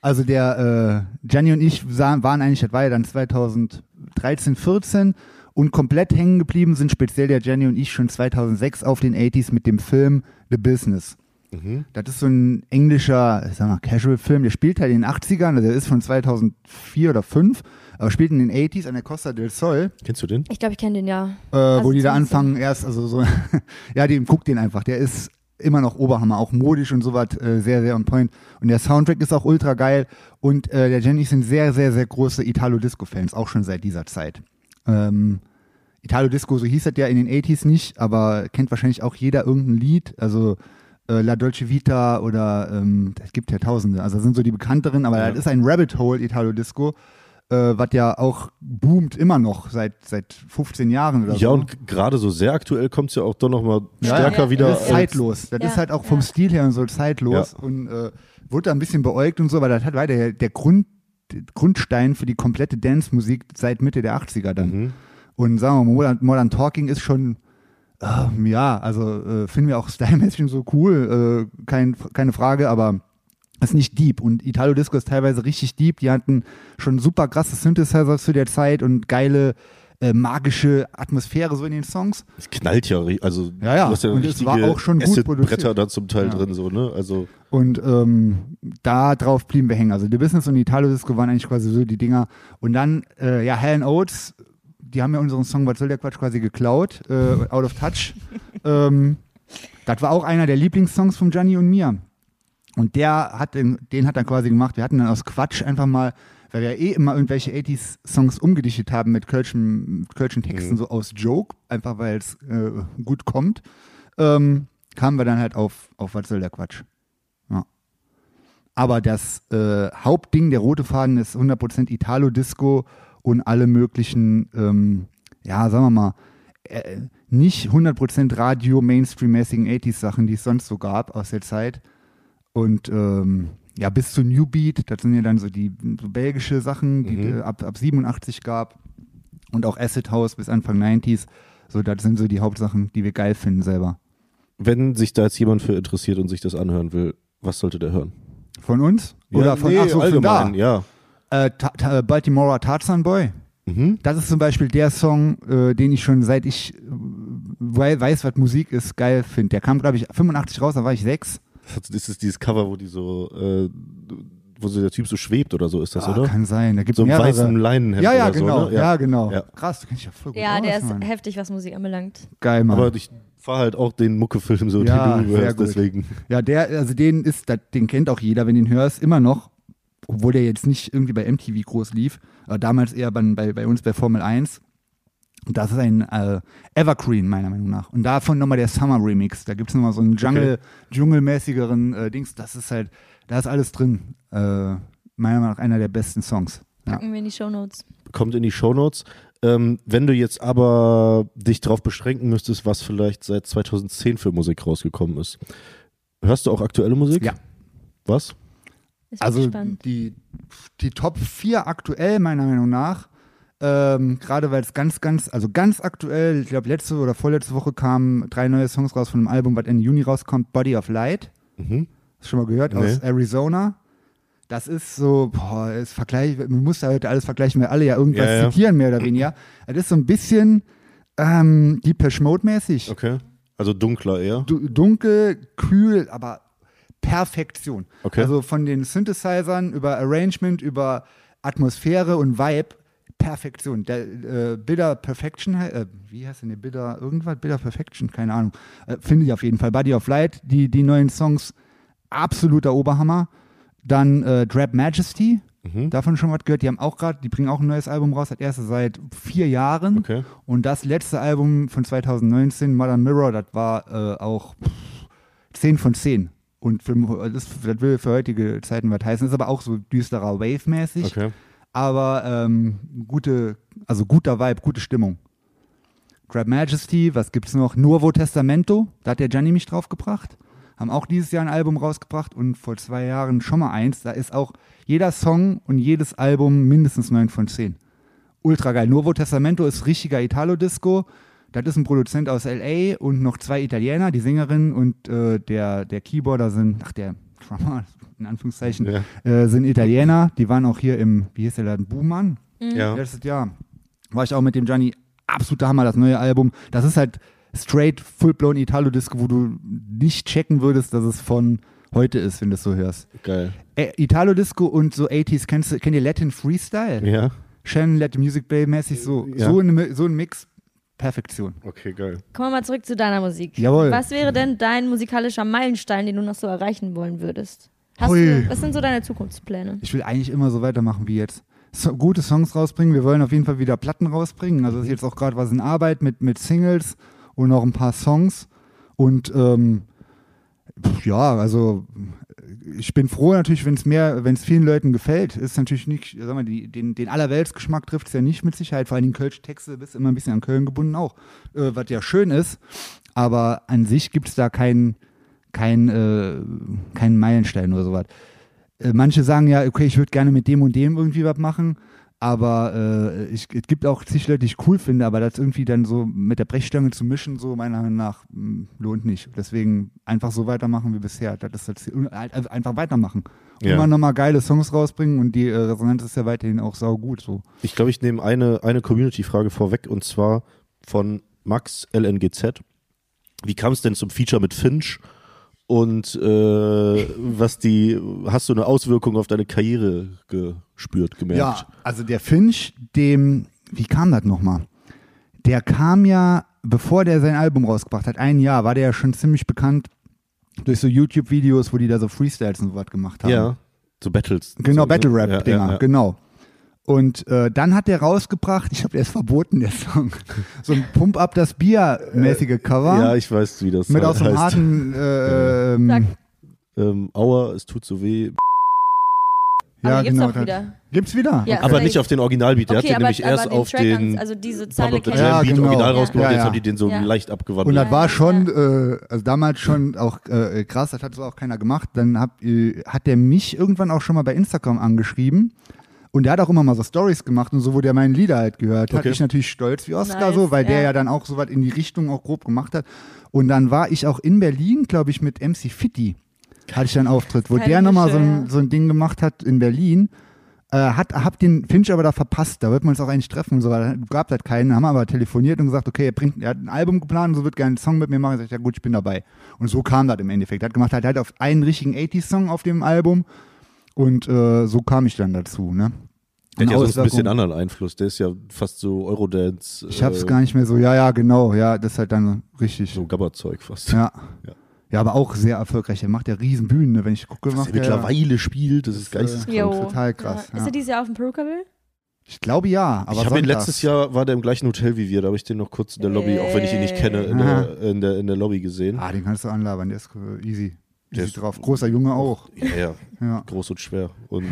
S2: Also der äh, Gianni und ich sahen, waren eigentlich, das war ja dann 2013, 14 und komplett hängen geblieben sind speziell der Gianni und ich schon 2006 auf den 80s mit dem Film The Business.
S3: Mhm.
S2: Das ist so ein englischer, ich sag mal, Casual-Film, der spielt halt in den 80ern, also der ist von 2004 oder 5, aber spielt in den 80s an der Costa del Sol.
S3: Kennst du den?
S1: Ich glaube, ich kenne den ja.
S2: Äh,
S1: Also
S2: wo die da
S1: zumindest so.
S2: anfangen, erst, also so, ja, die, guckt den einfach, der ist immer noch Oberhammer, auch modisch und sowas, äh, sehr, sehr on point. Und der Soundtrack ist auch ultra geil und äh, der Jenny sind sehr, sehr, sehr große Italo-Disco-Fans, auch schon seit dieser Zeit. Ähm, Italo-Disco, so hieß das ja in den 80s nicht, aber kennt wahrscheinlich auch jeder irgendein Lied, also äh, La Dolce Vita oder, ähm, es gibt ja tausende, also das sind so die bekannteren, aber das ist ein Rabbit Hole Italo-Disco, äh, was ja auch boomt immer noch seit, seit 15 Jahren oder
S3: Ja,
S2: so.
S3: und g- gerade so sehr aktuell kommt es ja auch doch nochmal
S2: Ja,
S3: stärker
S1: ja,
S3: wieder.
S2: Das ist
S3: als-
S2: zeitlos. Das
S1: Ja,
S2: ist halt auch vom
S1: ja.
S2: Stil her und so zeitlos.
S3: Ja.
S2: Und äh, wurde da ein bisschen beäugt und so, aber das hat weiter der, der Grund, Grundstein für die komplette Dance-Musik seit Mitte der 80er dann.
S3: Mhm.
S2: Und sagen wir mal, Modern, Modern Talking ist schon, ähm, ja, also äh, finden wir auch stylemäßig und so cool, äh, kein, keine Frage, aber ist nicht deep und Italo Disco ist teilweise richtig deep. Die hatten schon super krasse Synthesizer zu der Zeit und geile äh, magische Atmosphäre so in den Songs.
S3: Es knallt ja, ri- also
S2: Ja, ja.
S3: du hast ja
S2: Und es war
S3: richtige
S2: auch schon gut
S3: Acid-Bretter
S2: produziert.
S3: da zum Teil drin, so, ne? Also
S2: Und ähm, da drauf blieben wir hängen. Also The Business und Italo Disco waren eigentlich quasi so die Dinger. Und dann, äh, ja, Helen Oates, die haben ja unseren Song Was soll der Quatsch quasi geklaut, äh, Out of Touch. ähm, das war auch einer der Lieblingssongs von Gianni und mir. Und der hat den, den hat er quasi gemacht. Wir hatten dann aus Quatsch einfach mal, weil wir eh immer irgendwelche 80s-Songs umgedichtet haben mit kölschen, mit kölschen Texten, so aus Joke, einfach weil es äh, gut kommt, ähm, kamen wir dann halt auf, auf was soll der Quatsch. Ja. Aber das äh, Hauptding, der rote Faden, ist 100% Italo-Disco und alle möglichen, ähm, ja, sagen wir mal, äh, nicht 100% Radio-Mainstream-mäßigen 80s-Sachen, die es sonst so gab aus der Zeit. Und ähm, ja, bis zu New Beat, das sind ja dann so die so belgische Sachen, die
S3: Mhm.
S2: äh, ab, ab 87 gab. Und auch Acid House bis Anfang 90s. So, das sind so die Hauptsachen, die wir geil finden selber.
S3: wenn sich da jetzt jemand für interessiert und sich das anhören will, was sollte der hören?
S2: Von uns?
S3: ja,
S2: Oder von,
S3: nee,
S2: ach so, von da?
S3: allgemein, ja.
S2: Äh, Ta Ta Baltimore Tarzan Boy.
S3: Mhm.
S2: Das ist zum Beispiel der Song, äh, den ich schon seit ich äh, wei weiß, was Musik ist, geil finde. Der kam, glaube ich, 85 raus, da war ich sechs.
S3: Das hat- das ist dieses Cover, wo die so, äh, wo so der Typ so schwebt oder so ist das,
S2: Ah,
S3: oder?
S2: Kann sein, da gibt es
S3: So im
S2: mehrere.
S3: weißen Leinenhemd
S2: ja, ja,
S3: oder so,
S2: genau,
S3: ne? Ja.
S2: ja. genau.
S3: Ja.
S2: Krass, du kennst dich ja voll gut
S1: Ja, der
S2: aus,
S1: ist
S2: Mann.
S1: heftig, was Musik anbelangt.
S2: Geil, Mann.
S3: Aber ich fahre halt auch den Muckefilm so,
S2: Ja,
S3: den du
S2: sehr
S3: hörst,
S2: gut.
S3: deswegen.
S2: Ja, der, also den ist, das- den kennt auch jeder, wenn du ihn hörst, immer noch, obwohl der jetzt nicht irgendwie bei MTV groß lief, aber damals eher bei, bei, bei uns bei Formel 1. Und das ist ein äh, Evergreen, meiner Meinung nach. Und davon nochmal der Summer Remix. Da gibt es nochmal so einen Jungle, Dschungelmäßigeren äh, Dings. Das ist halt, da ist alles drin. Äh, meiner Meinung nach einer der besten Songs. Ja.
S1: Packen wir in die Shownotes.
S3: kommt in die Shownotes. Ähm, wenn du jetzt aber dich darauf beschränken müsstest, was vielleicht seit 2010 für Musik rausgekommen ist, hörst du auch aktuelle Musik?
S2: Ja.
S3: Was?
S1: Das wird
S2: Also
S1: spannend.
S2: die, die Top 4 aktuell, meiner Meinung nach, ähm, gerade weil es ganz, ganz, also ganz aktuell, ich glaube letzte oder vorletzte Woche kamen drei neue Songs raus von einem Album, was Ende Juni rauskommt, Body of Light.
S3: Mhm.
S2: Hast du schon mal gehört, aus
S3: Nee.
S2: Arizona. Das ist so, boah, ist Vergleich, man muss ja heute alles vergleichen, weil alle ja irgendwas
S3: Ja, ja.
S2: zitieren, mehr oder weniger. Das ist so ein bisschen ähm, Depeche Mode-mäßig.
S3: Okay. Also dunkler eher.
S2: Du- dunkel, kühl, aber Perfektion.
S3: Okay.
S2: Also von den Synthesizern über Arrangement, über Atmosphäre und Vibe, Perfektion. Der, äh, Bitter Perfection, he- äh, wie heißt denn der Bitter, irgendwas? Bitter Perfection, keine Ahnung. Äh, Finde ich auf jeden Fall. Body of Light, die, die neuen Songs, absoluter Oberhammer. Dann äh, Drab Majesty,
S3: Mhm.
S2: davon schon was gehört. Die haben auch gerade, die bringen auch ein neues Album raus, das erste seit vier Jahren.
S3: Okay.
S2: Und das letzte Album von 2019, Modern Mirror, das war äh, auch pff, 10 von 10. Und für, das, das will für heutige Zeiten was heißen. Ist aber auch so düsterer Wave-mäßig.
S3: Okay.
S2: Aber ähm, gute, also guter Vibe, gute Stimmung. Grab Majesty, was gibt's noch? Nuovo Testamento, da hat der Gianni mich draufgebracht. Haben auch dieses Jahr ein Album rausgebracht und vor zwei Jahren schon mal eins. Da ist auch jeder Song und jedes Album mindestens 9 von 10. Ultra geil. Nuovo Testamento ist richtiger Italo-Disco. Das ist ein Produzent aus L.A. und noch zwei Italiener, die Sängerin und äh, der, der Keyboarder sind, ach der Drummer, in Anführungszeichen,
S3: Ja.
S2: äh, sind Italiener. Die waren auch hier im, wie hieß der Laden, Buhmann?
S3: Ja.
S2: Letztes Jahr war ich auch mit dem Gianni absoluter Hammer, das neue Album. Das ist halt straight, full-blown Italo-Disco, wo du nicht checken würdest, dass es von heute ist, wenn du es so hörst.
S3: Geil.
S2: Ä- Italo-Disco und so 80s, kennst du, kennt ihr Latin Freestyle?
S3: Ja.
S2: Shannon Let the Music Play mäßig, so,
S3: Ja.
S2: so, ein Mi- so ein Mix, Perfektion.
S3: Okay, geil.
S1: Kommen wir mal zurück zu deiner Musik.
S2: Jawohl.
S1: Was wäre denn dein musikalischer Meilenstein, den du noch so erreichen wollen würdest? Hast
S2: Hui.
S1: du, was sind so deine Zukunftspläne?
S2: Ich will eigentlich immer so weitermachen wie jetzt. So, gute Songs rausbringen, wir wollen auf jeden Fall wieder Platten rausbringen. Also ist jetzt auch gerade was in Arbeit mit, mit Singles und noch ein paar Songs. Und ähm, pf, ja, also ich bin froh natürlich, wenn es mehr, wenn es vielen Leuten gefällt. Ist natürlich nicht, sag mal, die, den, den Allerweltsgeschmack trifft es ja nicht mit Sicherheit. Vor allen Dingen Kölsch-Texte bist immer ein bisschen an Köln gebunden auch, äh, was ja schön ist. Aber an sich gibt es da keinen kein, äh, keinen Meilenstein oder sowas. Äh, manche sagen ja, okay, ich würde gerne mit dem und dem irgendwie was machen. Aber äh, ich, es gibt auch zig Leute, die ich cool finde, aber das irgendwie dann so mit der Brechstange zu mischen, so meiner Meinung nach, mh, lohnt nicht. Deswegen einfach so weitermachen wie bisher. Das ist das Ziel. Und halt einfach- Einfach weitermachen. Und
S3: Ja.
S2: Immer nochmal geile Songs rausbringen und die äh, Resonanz ist ja weiterhin auch saugut. So.
S3: Ich glaube, ich nehme eine, eine Community-Frage vorweg und zwar von Max LNGZ. Wie kam es denn zum Feature mit Finch? Und äh, was die, hast du eine Auswirkung auf deine Karriere gespürt, gemerkt?
S2: Ja, also der Finch, dem, wie kam das nochmal? Der kam ja, bevor der sein Album rausgebracht hat, ein Jahr, war der ja schon ziemlich bekannt durch so YouTube-Videos, wo die da so Freestyles und sowas gemacht haben.
S3: Ja. So Battles.
S2: Genau,
S3: so,
S2: Battle
S3: Ja,
S2: Rap-Dinger,
S3: ja, ja.
S2: genau. Und äh, dann hat der rausgebracht, ich glaube, der ist verboten, der Song, so ein Pump-Up das Bier-mäßige Cover.
S3: Ja, ich weiß, wie das
S2: mit
S3: he-
S2: aus dem
S3: heißt.
S2: harten, äh, ähm,
S1: Sag,
S3: Ähm, Aua, es tut so weh.
S1: aber die gibt's auch
S2: das-
S1: wieder.
S2: Gibt's wieder?
S1: Ja,
S3: Aber
S1: also
S3: nicht
S1: ich-
S3: auf den Originalbeat. Der
S1: okay,
S3: hat den
S1: aber,
S3: nämlich
S1: aber
S3: erst
S1: den
S3: auf
S1: Track ganz-
S3: den
S1: also diese
S3: Pop
S1: Zeile
S3: of the
S1: kenn
S2: Jam
S1: ich.
S3: Jam Beat
S2: genau.
S3: Original
S1: Ja.
S3: rausgebracht.
S2: Ja,
S3: Jetzt
S2: ja.
S3: haben die den so
S1: Ja.
S3: leicht
S2: Und
S3: abgewandelt.
S2: das war
S1: Ja,
S2: schon, äh, also damals schon auch äh, krass, das hat so auch keiner gemacht. Dann hab, äh, hat der mich irgendwann auch schon mal bei Instagram angeschrieben. Und der hat auch immer mal so Stories gemacht und so, wo der meine Lieder halt gehört hat.
S3: Okay.
S2: Ich natürlich stolz wie Oscar
S1: Nice,
S2: so, weil der
S1: ja.
S2: ja dann auch so was in die Richtung auch grob gemacht hat. Und dann war ich auch in Berlin, glaube ich, mit MC Fitti hatte ich dann einen Auftritt, wo
S1: Keine
S2: der nochmal so,
S1: Mische,
S2: ein-
S1: ja.
S2: so ein Ding gemacht hat in Berlin. Äh, hat, hab den Finch aber da verpasst, da wollten wir uns auch eigentlich treffen und so, weil da gab halt keinen, haben aber telefoniert und gesagt, okay, er, bringt, er hat ein Album geplant, so wird gerne einen Song mit mir machen, ich sag, ja gut, ich bin dabei. Und so kam das im Endeffekt, er hat gemacht, er hat auf einen richtigen 80s-Song auf dem Album und äh, so kam ich dann dazu, ne.
S3: Der hat ja
S2: Eine
S3: sonst ein bisschen
S2: Auswirkung.
S3: anderen Einfluss. Der ist ja fast so Eurodance.
S2: Ich hab's
S3: äh,
S2: gar nicht mehr so, ja, ja, genau, ja, das ist halt dann richtig.
S3: So Gabberzeug fast.
S2: Ja.
S3: Ja.
S2: ja. aber auch sehr erfolgreich, er macht ja riesen Bühnen, ne, wenn ich gucke.
S3: Was
S2: macht
S3: er
S2: der-
S3: mittlerweile spielt, das ist
S2: Das, äh,
S3: geisteskrank.
S1: Jo.
S2: Total krass,
S1: Ja. Ist
S2: ja.
S1: er dieses Jahr auf dem Perukaville?
S2: Ich glaube ja, aber
S3: ich habe ihn
S2: sonntags.
S3: letztes Jahr, war der im gleichen Hotel wie wir, da habe ich den noch kurz in der Lobby, auch wenn ich ihn nicht kenne, in
S2: Aha.
S3: der, in der, in der Lobby gesehen.
S2: Ah, den kannst du anlabern, der ist äh, easy.
S3: Der
S2: Der
S3: ist-
S2: ist drauf. Großer Junge auch.
S3: Ja, ja,
S2: Ja.
S3: groß und schwer. Und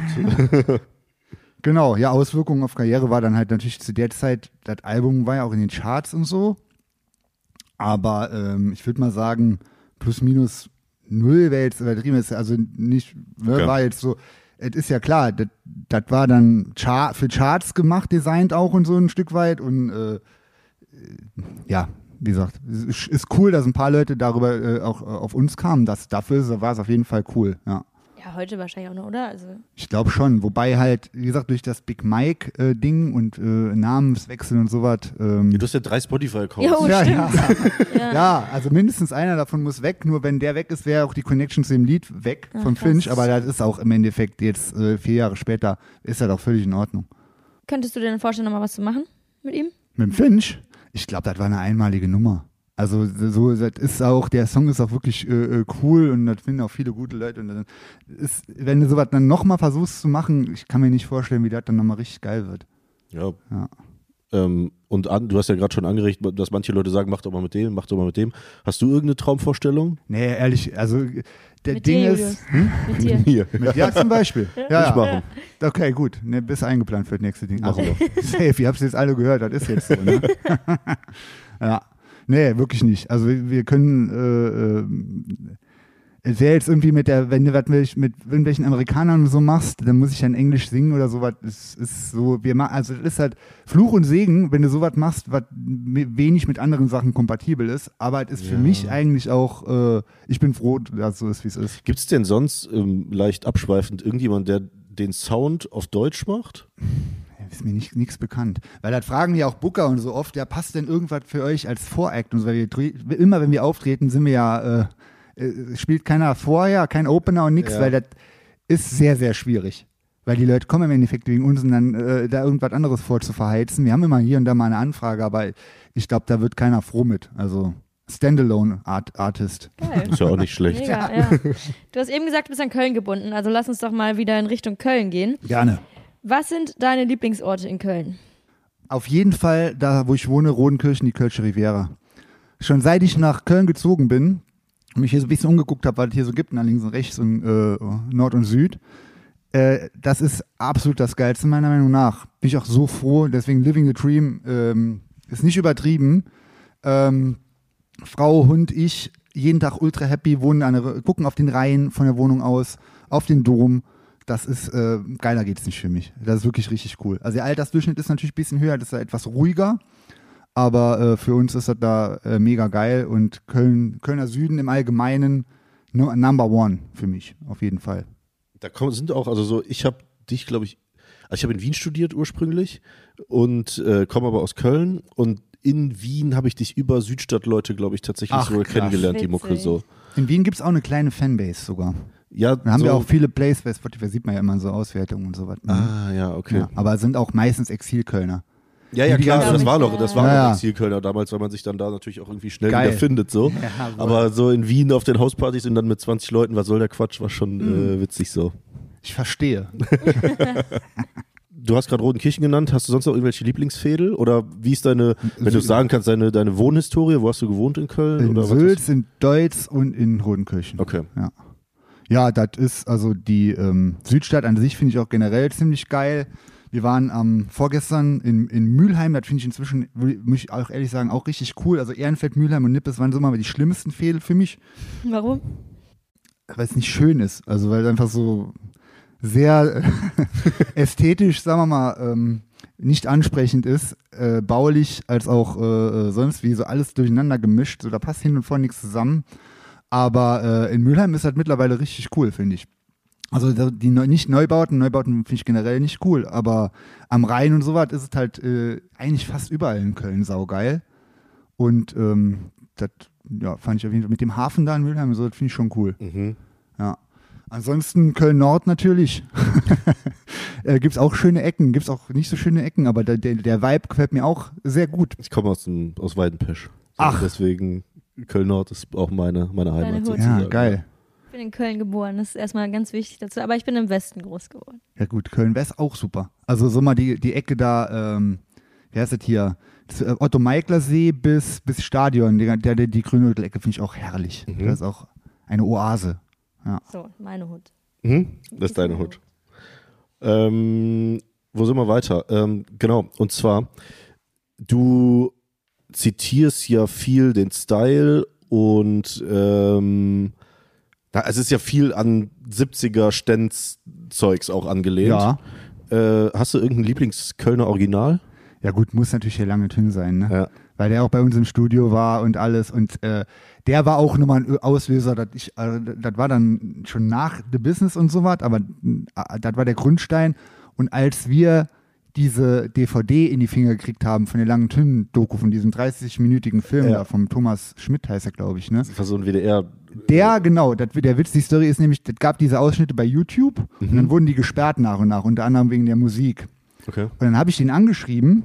S2: Genau, ja, Auswirkungen auf Karriere war dann halt natürlich zu der Zeit, das Album war ja auch in den Charts und so. Aber ähm, ich würde mal sagen, plus minus null wäre jetzt übertrieben, ist also nicht, ne,
S3: Ja.
S2: war jetzt so, es ist ja klar, das das war dann Char für Charts gemacht, designt auch und so ein Stück weit und äh, äh, ja, wie gesagt, es ist- ist cool, dass ein paar Leute darüber äh, auch äh, auf uns kamen, das, dafür war es auf jeden Fall cool, ja.
S1: Ja, heute wahrscheinlich auch noch, oder? Also,
S2: Ich glaube schon. Wobei halt, wie gesagt, durch das Big Mike-Ding und äh, Namenswechsel und sowas. Ähm,
S3: Du hast ja drei Spotify-Accounts.
S1: Jo. Oh,
S2: ja, ja. ja, also mindestens einer davon muss weg. Nur wenn der weg ist, wäre auch die Connection zu dem Lied weg von Finch. Aber das ist auch im Endeffekt jetzt äh, vier Jahre später, ist das auch völlig in Ordnung.
S1: könntest du dir denn vorstellen, nochmal was zu machen mit ihm?
S2: Mit dem Finch? Ich glaube, das war eine einmalige Nummer. Also so, das ist auch, der Song ist auch wirklich äh, äh, cool und das finden auch viele gute Leute. Und dann ist, wenn du sowas dann nochmal versuchst zu machen, ich kann mir nicht vorstellen, wie das dann nochmal richtig geil wird.
S3: Ja.
S2: Ja.
S3: Ähm, und an, du hast ja gerade schon angeregt, dass manche Leute sagen, mach doch mal mit dem, mach doch mal mit dem. Hast du irgendeine Traumvorstellung?
S2: Nee, ehrlich, also der
S1: Mit
S2: Ding
S1: dir,
S2: ist. Hm?
S1: Mit dir?
S3: Hier.
S2: Mit dir zum Beispiel. Ja,
S3: Ich
S2: ja.
S3: machen.
S2: Okay, gut. Ne, bist eingeplant für das nächste Ding. Also,
S3: Machen
S2: safe, ihr habt es jetzt alle gehört, das ist jetzt so. Ne? ja. Nee, wirklich nicht. Also wir, wir können äh, äh, es wäre jetzt irgendwie mit der, wenn du was mit, mit irgendwelchen Amerikanern so machst, dann muss ich dann Englisch singen oder sowas. Es ist so, wir machen, also das ist halt Fluch und Segen, wenn du sowas machst, was mi- wenig mit anderen Sachen kompatibel ist. Aber es ist für mich eigentlich auch, äh, ich bin froh, dass so ist, wie es ist.
S3: Gibt es denn sonst ähm, leicht abschweifend irgendjemand, der den Sound auf Deutsch macht?
S2: Ja, Ist mir nicht- nichts bekannt. Weil das fragen wir auch Booker und so oft, ja, passt denn irgendwas für euch als Voract? Und so, weil wir, tre- immer wenn wir auftreten, sind wir ja, äh, äh, spielt keiner vorher, kein Opener und nichts,
S3: Ja.
S2: weil das ist sehr, sehr schwierig. Weil die Leute kommen im Endeffekt wegen uns und dann äh, da irgendwas anderes vorzuverheizen. Wir haben immer hier und da mal eine Anfrage, aber ich glaube, da wird keiner froh mit. Also Standalone-Artist.
S1: Geil.
S3: Ist ja auch nicht schlecht.
S1: Mega, ja. Du hast eben gesagt, du bist an Köln gebunden, also lass uns doch mal wieder in Richtung Köln gehen.
S2: Gerne.
S1: Was sind deine Lieblingsorte in Köln?
S2: Auf jeden Fall, da wo ich wohne, Rodenkirchen, die Kölsche Riviera. Schon seit ich nach Köln gezogen bin und mich hier so ein bisschen umgeguckt habe, was es hier so gibt, nach links und rechts und äh, Nord und Süd, äh, das ist absolut das Geilste meiner Meinung nach. Bin ich auch so froh, deswegen Living the Dream ähm, ist nicht übertrieben. Ähm, Frau, Hund, ich, jeden Tag ultra happy, wohnen an der, gucken auf den Rhein von der Wohnung aus, auf den Dom. Das ist, äh, geiler geht's nicht für mich. Das ist wirklich richtig cool. Also der Altersdurchschnitt ist natürlich ein bisschen höher, das ist ja etwas ruhiger. Aber äh, für uns ist das da äh, mega geil und Köln, Kölner Süden im Allgemeinen nu- Number One für mich, auf jeden Fall.
S3: Da kommen, sind auch, also so, ich habe dich, glaube ich, also ich habe in Wien studiert ursprünglich und äh, komme aber aus Köln und in Wien habe ich dich über Südstadtleute, glaube ich, tatsächlich
S2: Ach,
S3: sogar
S2: krass.
S3: kennengelernt,
S1: Witzig.
S3: die Mucke so.
S2: In Wien gibt's auch eine kleine Fanbase sogar.
S3: Ja,
S2: Da haben
S3: so,
S2: wir auch viele Plays bei Spotify, sieht man ja immer so Auswertungen und sowas. Mhm.
S3: Ah, ja, okay.
S2: ja, aber sind auch meistens Exilkölner.
S3: Ja, ja,
S2: Die
S3: klar,
S2: ganze-
S3: das war noch, das war
S2: Ja,
S3: noch
S2: ja.
S3: ein Zielkölner damals, weil man sich dann da natürlich auch irgendwie schnell
S2: Geil.
S3: wieder findet, so.
S2: Ja, voll.
S3: Aber so in Wien auf den Hauspartys und dann mit 20 Leuten, was soll der Quatsch, war schon
S2: Mhm.
S3: äh, witzig so.
S2: Ich verstehe.
S3: Du hast gerade Rodenkirchen genannt, hast du sonst noch irgendwelche Lieblingsfädel oder wie ist deine, wenn du sagen kannst, deine, deine Wohnhistorie, wo hast du gewohnt in Köln?
S2: In
S3: oder was hast
S2: Sülz, in Deutz und in Rodenkirchen.
S3: du- Okay.
S2: Ja. Ja, das ist also die ähm, Südstadt an sich finde ich auch generell ziemlich geil. Wir waren am vorgestern in, in Mülheim, das finde ich inzwischen, will- muss ich auch ehrlich sagen, auch richtig cool. Also Ehrenfeld, Mülheim und Nippes waren so mal die schlimmsten Fehler für mich,
S1: Warum?
S2: weil es nicht schön ist. Also weil es einfach so sehr äh, ästhetisch, sagen wir mal, ähm, nicht ansprechend ist, äh, baulich als auch äh, äh, sonst wie, so alles durcheinander gemischt. So, da passt hin und vor nichts zusammen. Aber äh, in Mülheim ist das mittlerweile richtig cool, finde ich. Also da- die Neu nicht Neubauten, Neubauten finde ich generell nicht cool, aber am Rhein und sowas ist es halt äh, eigentlich fast überall in Köln saugeil. Und ähm, das ja, fand ich auf jeden Fall mit dem Hafen da in Mülheim, und so, das finde ich schon cool.
S3: Mhm.
S2: Ja. Ansonsten Köln-Nord natürlich. äh, gibt's auch schöne Ecken, gibt's auch nicht so schöne Ecken, aber der, der, der Vibe gefällt mir auch sehr gut.
S3: Ich komme aus, dem, aus Weidenpesch. So,
S2: Ach.
S3: Deswegen Köln-Nord ist auch meine, meine Heimat.
S1: Hut.
S2: Ja,
S3: sozusagen.
S2: geil.
S1: Ich bin in Köln geboren, das ist erstmal ganz wichtig dazu, aber ich bin im Westen groß geworden.
S2: Ja gut, Köln wäre auch super. Also so mal die, die Ecke da, ähm, wie heißt das hier? Z- äh, Otto Meigler See bis, bis Stadion, die, der, der, die Grünhüttel-Ecke finde ich auch herrlich. Das ist auch eine Oase.
S1: So, meine Hut.
S3: Mhm. Das ist deine Hut. Ähm, wo sind wir weiter? Ähm, genau, und zwar, du zitierst ja viel den Style und ähm, da, es ist ja viel an 70er-Ständs-Zeugs auch angelehnt.
S2: Ja.
S3: Äh, hast du irgendein Lieblings-Kölner Original?
S2: Ja gut, muss natürlich hier lange Tün sein, ne?
S3: Ja.
S2: Weil der auch bei uns im Studio war und alles. Und äh, der war auch nochmal ein Auslöser. dass ich, äh, das war dann schon nach The Business und so was, aber äh, das war der Grundstein. Und als wir diese DVD in die Finger gekriegt haben von der langen Tünen-Doku, von diesem 30-minütigen Film
S3: Ja.
S2: da, vom Thomas Schmidt heißt er, glaube ich, ne?
S3: Das war so ein WDR.
S2: Der, genau, das, der Witz, die Story ist nämlich, es gab diese Ausschnitte bei YouTube
S3: Mhm.
S2: und dann wurden die gesperrt nach und nach, unter anderem wegen der Musik.
S3: Okay.
S2: Und dann habe ich den angeschrieben,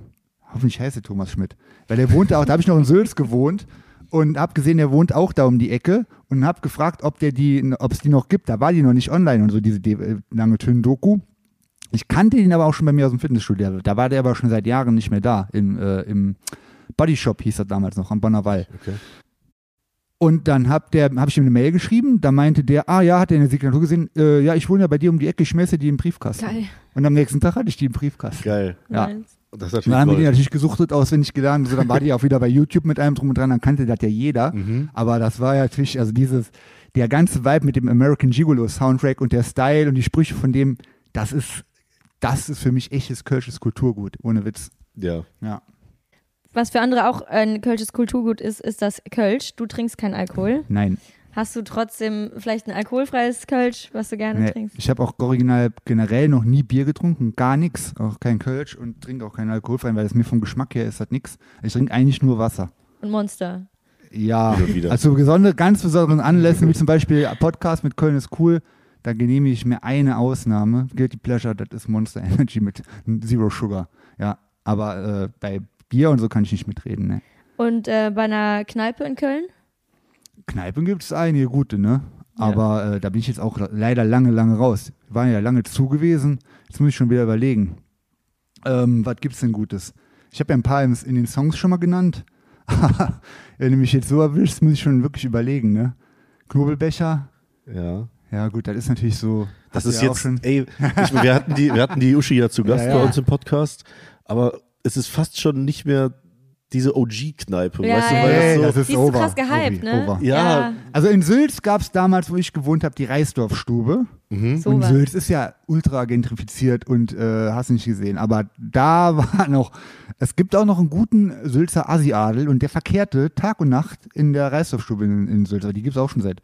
S2: hoffentlich heißt er Thomas Schmidt, weil der wohnte auch, da habe ich noch in Sülz gewohnt und habe gesehen, der wohnt auch da um die Ecke und habe gefragt, ob der die, ob es die noch gibt. Da war die noch nicht online und so, diese D- äh, lange Tünen Doku. Ich kannte ihn aber auch schon bei mir aus dem Fitnessstudio. Also Da war der aber schon seit Jahren nicht mehr da. Im, äh, im Body Shop hieß das damals noch, am Bonner Wall.
S3: Okay.
S2: Und dann hab der, hab ich ihm eine Mail geschrieben, da meinte der, ah ja, hat er eine Signatur gesehen, äh, ja, ich wohne ja bei dir um die Ecke, ich schmeiße die im Briefkasten.
S5: Geil.
S2: Und am nächsten Tag hatte ich die im Briefkasten.
S3: Geil.
S2: Ja.
S5: Nice.
S3: Das ist
S2: Und dann haben wir die
S3: toll.
S2: natürlich gesuchtet, auswendig gelernt. So, dann war die auch wieder bei YouTube mit allem drum und dran. Dann kannte das ja jeder. Aber das war ja natürlich, also dieses, der ganze Vibe mit dem American Gigolo Soundtrack und der Style und die Sprüche von dem, das ist, das ist für mich echtes Kölsches Kulturgut. Ohne Witz.
S3: ja.
S2: Ja.
S1: Was für andere auch ein kölsches Kulturgut ist, ist das Kölsch. Du trinkst keinen Alkohol.
S2: Nein.
S1: Hast du trotzdem vielleicht ein alkoholfreies Kölsch, was du gerne
S2: Nee.
S1: trinkst?
S2: Ich habe auch original generell noch nie Bier getrunken. Gar nichts. Auch kein Kölsch und trinke auch keinen Alkoholfreien, weil es mir vom Geschmack her ist das nix. Ich trinke eigentlich nur Wasser.
S1: Und Monster.
S2: Ja,
S3: Immer wieder.
S2: also besondere, ganz besonderen Anlässen, wie zum Beispiel Podcast mit Köln ist cool, da genehmige ich mir eine Ausnahme. Guilty Pleasure, das ist Monster Energy mit Zero Sugar. Ja, aber äh, bei Bier und so kann ich nicht mitreden. Ne?
S1: Und äh, bei einer Kneipe in Köln?
S2: Kneipen gibt es einige gute, ne? Aber äh, da bin ich jetzt auch leider lange, lange raus. Wir waren ja lange zu gewesen. Jetzt muss ich schon wieder überlegen. Ähm, was gibt's denn Gutes? Ich habe ja ein paar in, in den Songs schon mal genannt. Wenn du mich jetzt so erwischst, muss ich schon wirklich überlegen, ne? Knobelbecher,
S3: ja.
S2: ja gut, das ist natürlich so.
S3: Das
S2: hast du
S3: ist
S2: ja auch
S3: jetzt,
S2: schon.
S3: ey, ich, wir, hatten die, wir hatten die Uschi ja zu Gast
S2: Ja, ja.
S3: bei uns im Podcast, aber es ist fast schon nicht mehr diese OG-Kneipe,
S1: Ja,
S3: weißt du,
S1: ja,
S3: weil
S1: ja.
S3: das so,
S1: Äh,
S2: das ist
S1: Die ist so
S2: over.
S1: krass gehypt,
S2: Obi,
S1: ne?
S2: Over.
S3: Ja.
S2: Also in Sülz gab es damals, wo ich gewohnt habe, die Reisdorfstube. Und
S1: sowas.
S2: Sülz ist ja ultra gentrifiziert und äh, hast nicht gesehen. Aber da war noch, es gibt auch noch einen guten Sülzer Asi-Adel und der verkehrte Tag und Nacht in der Reisdorfstube in, in Sülz. Aber die gibt es auch schon seit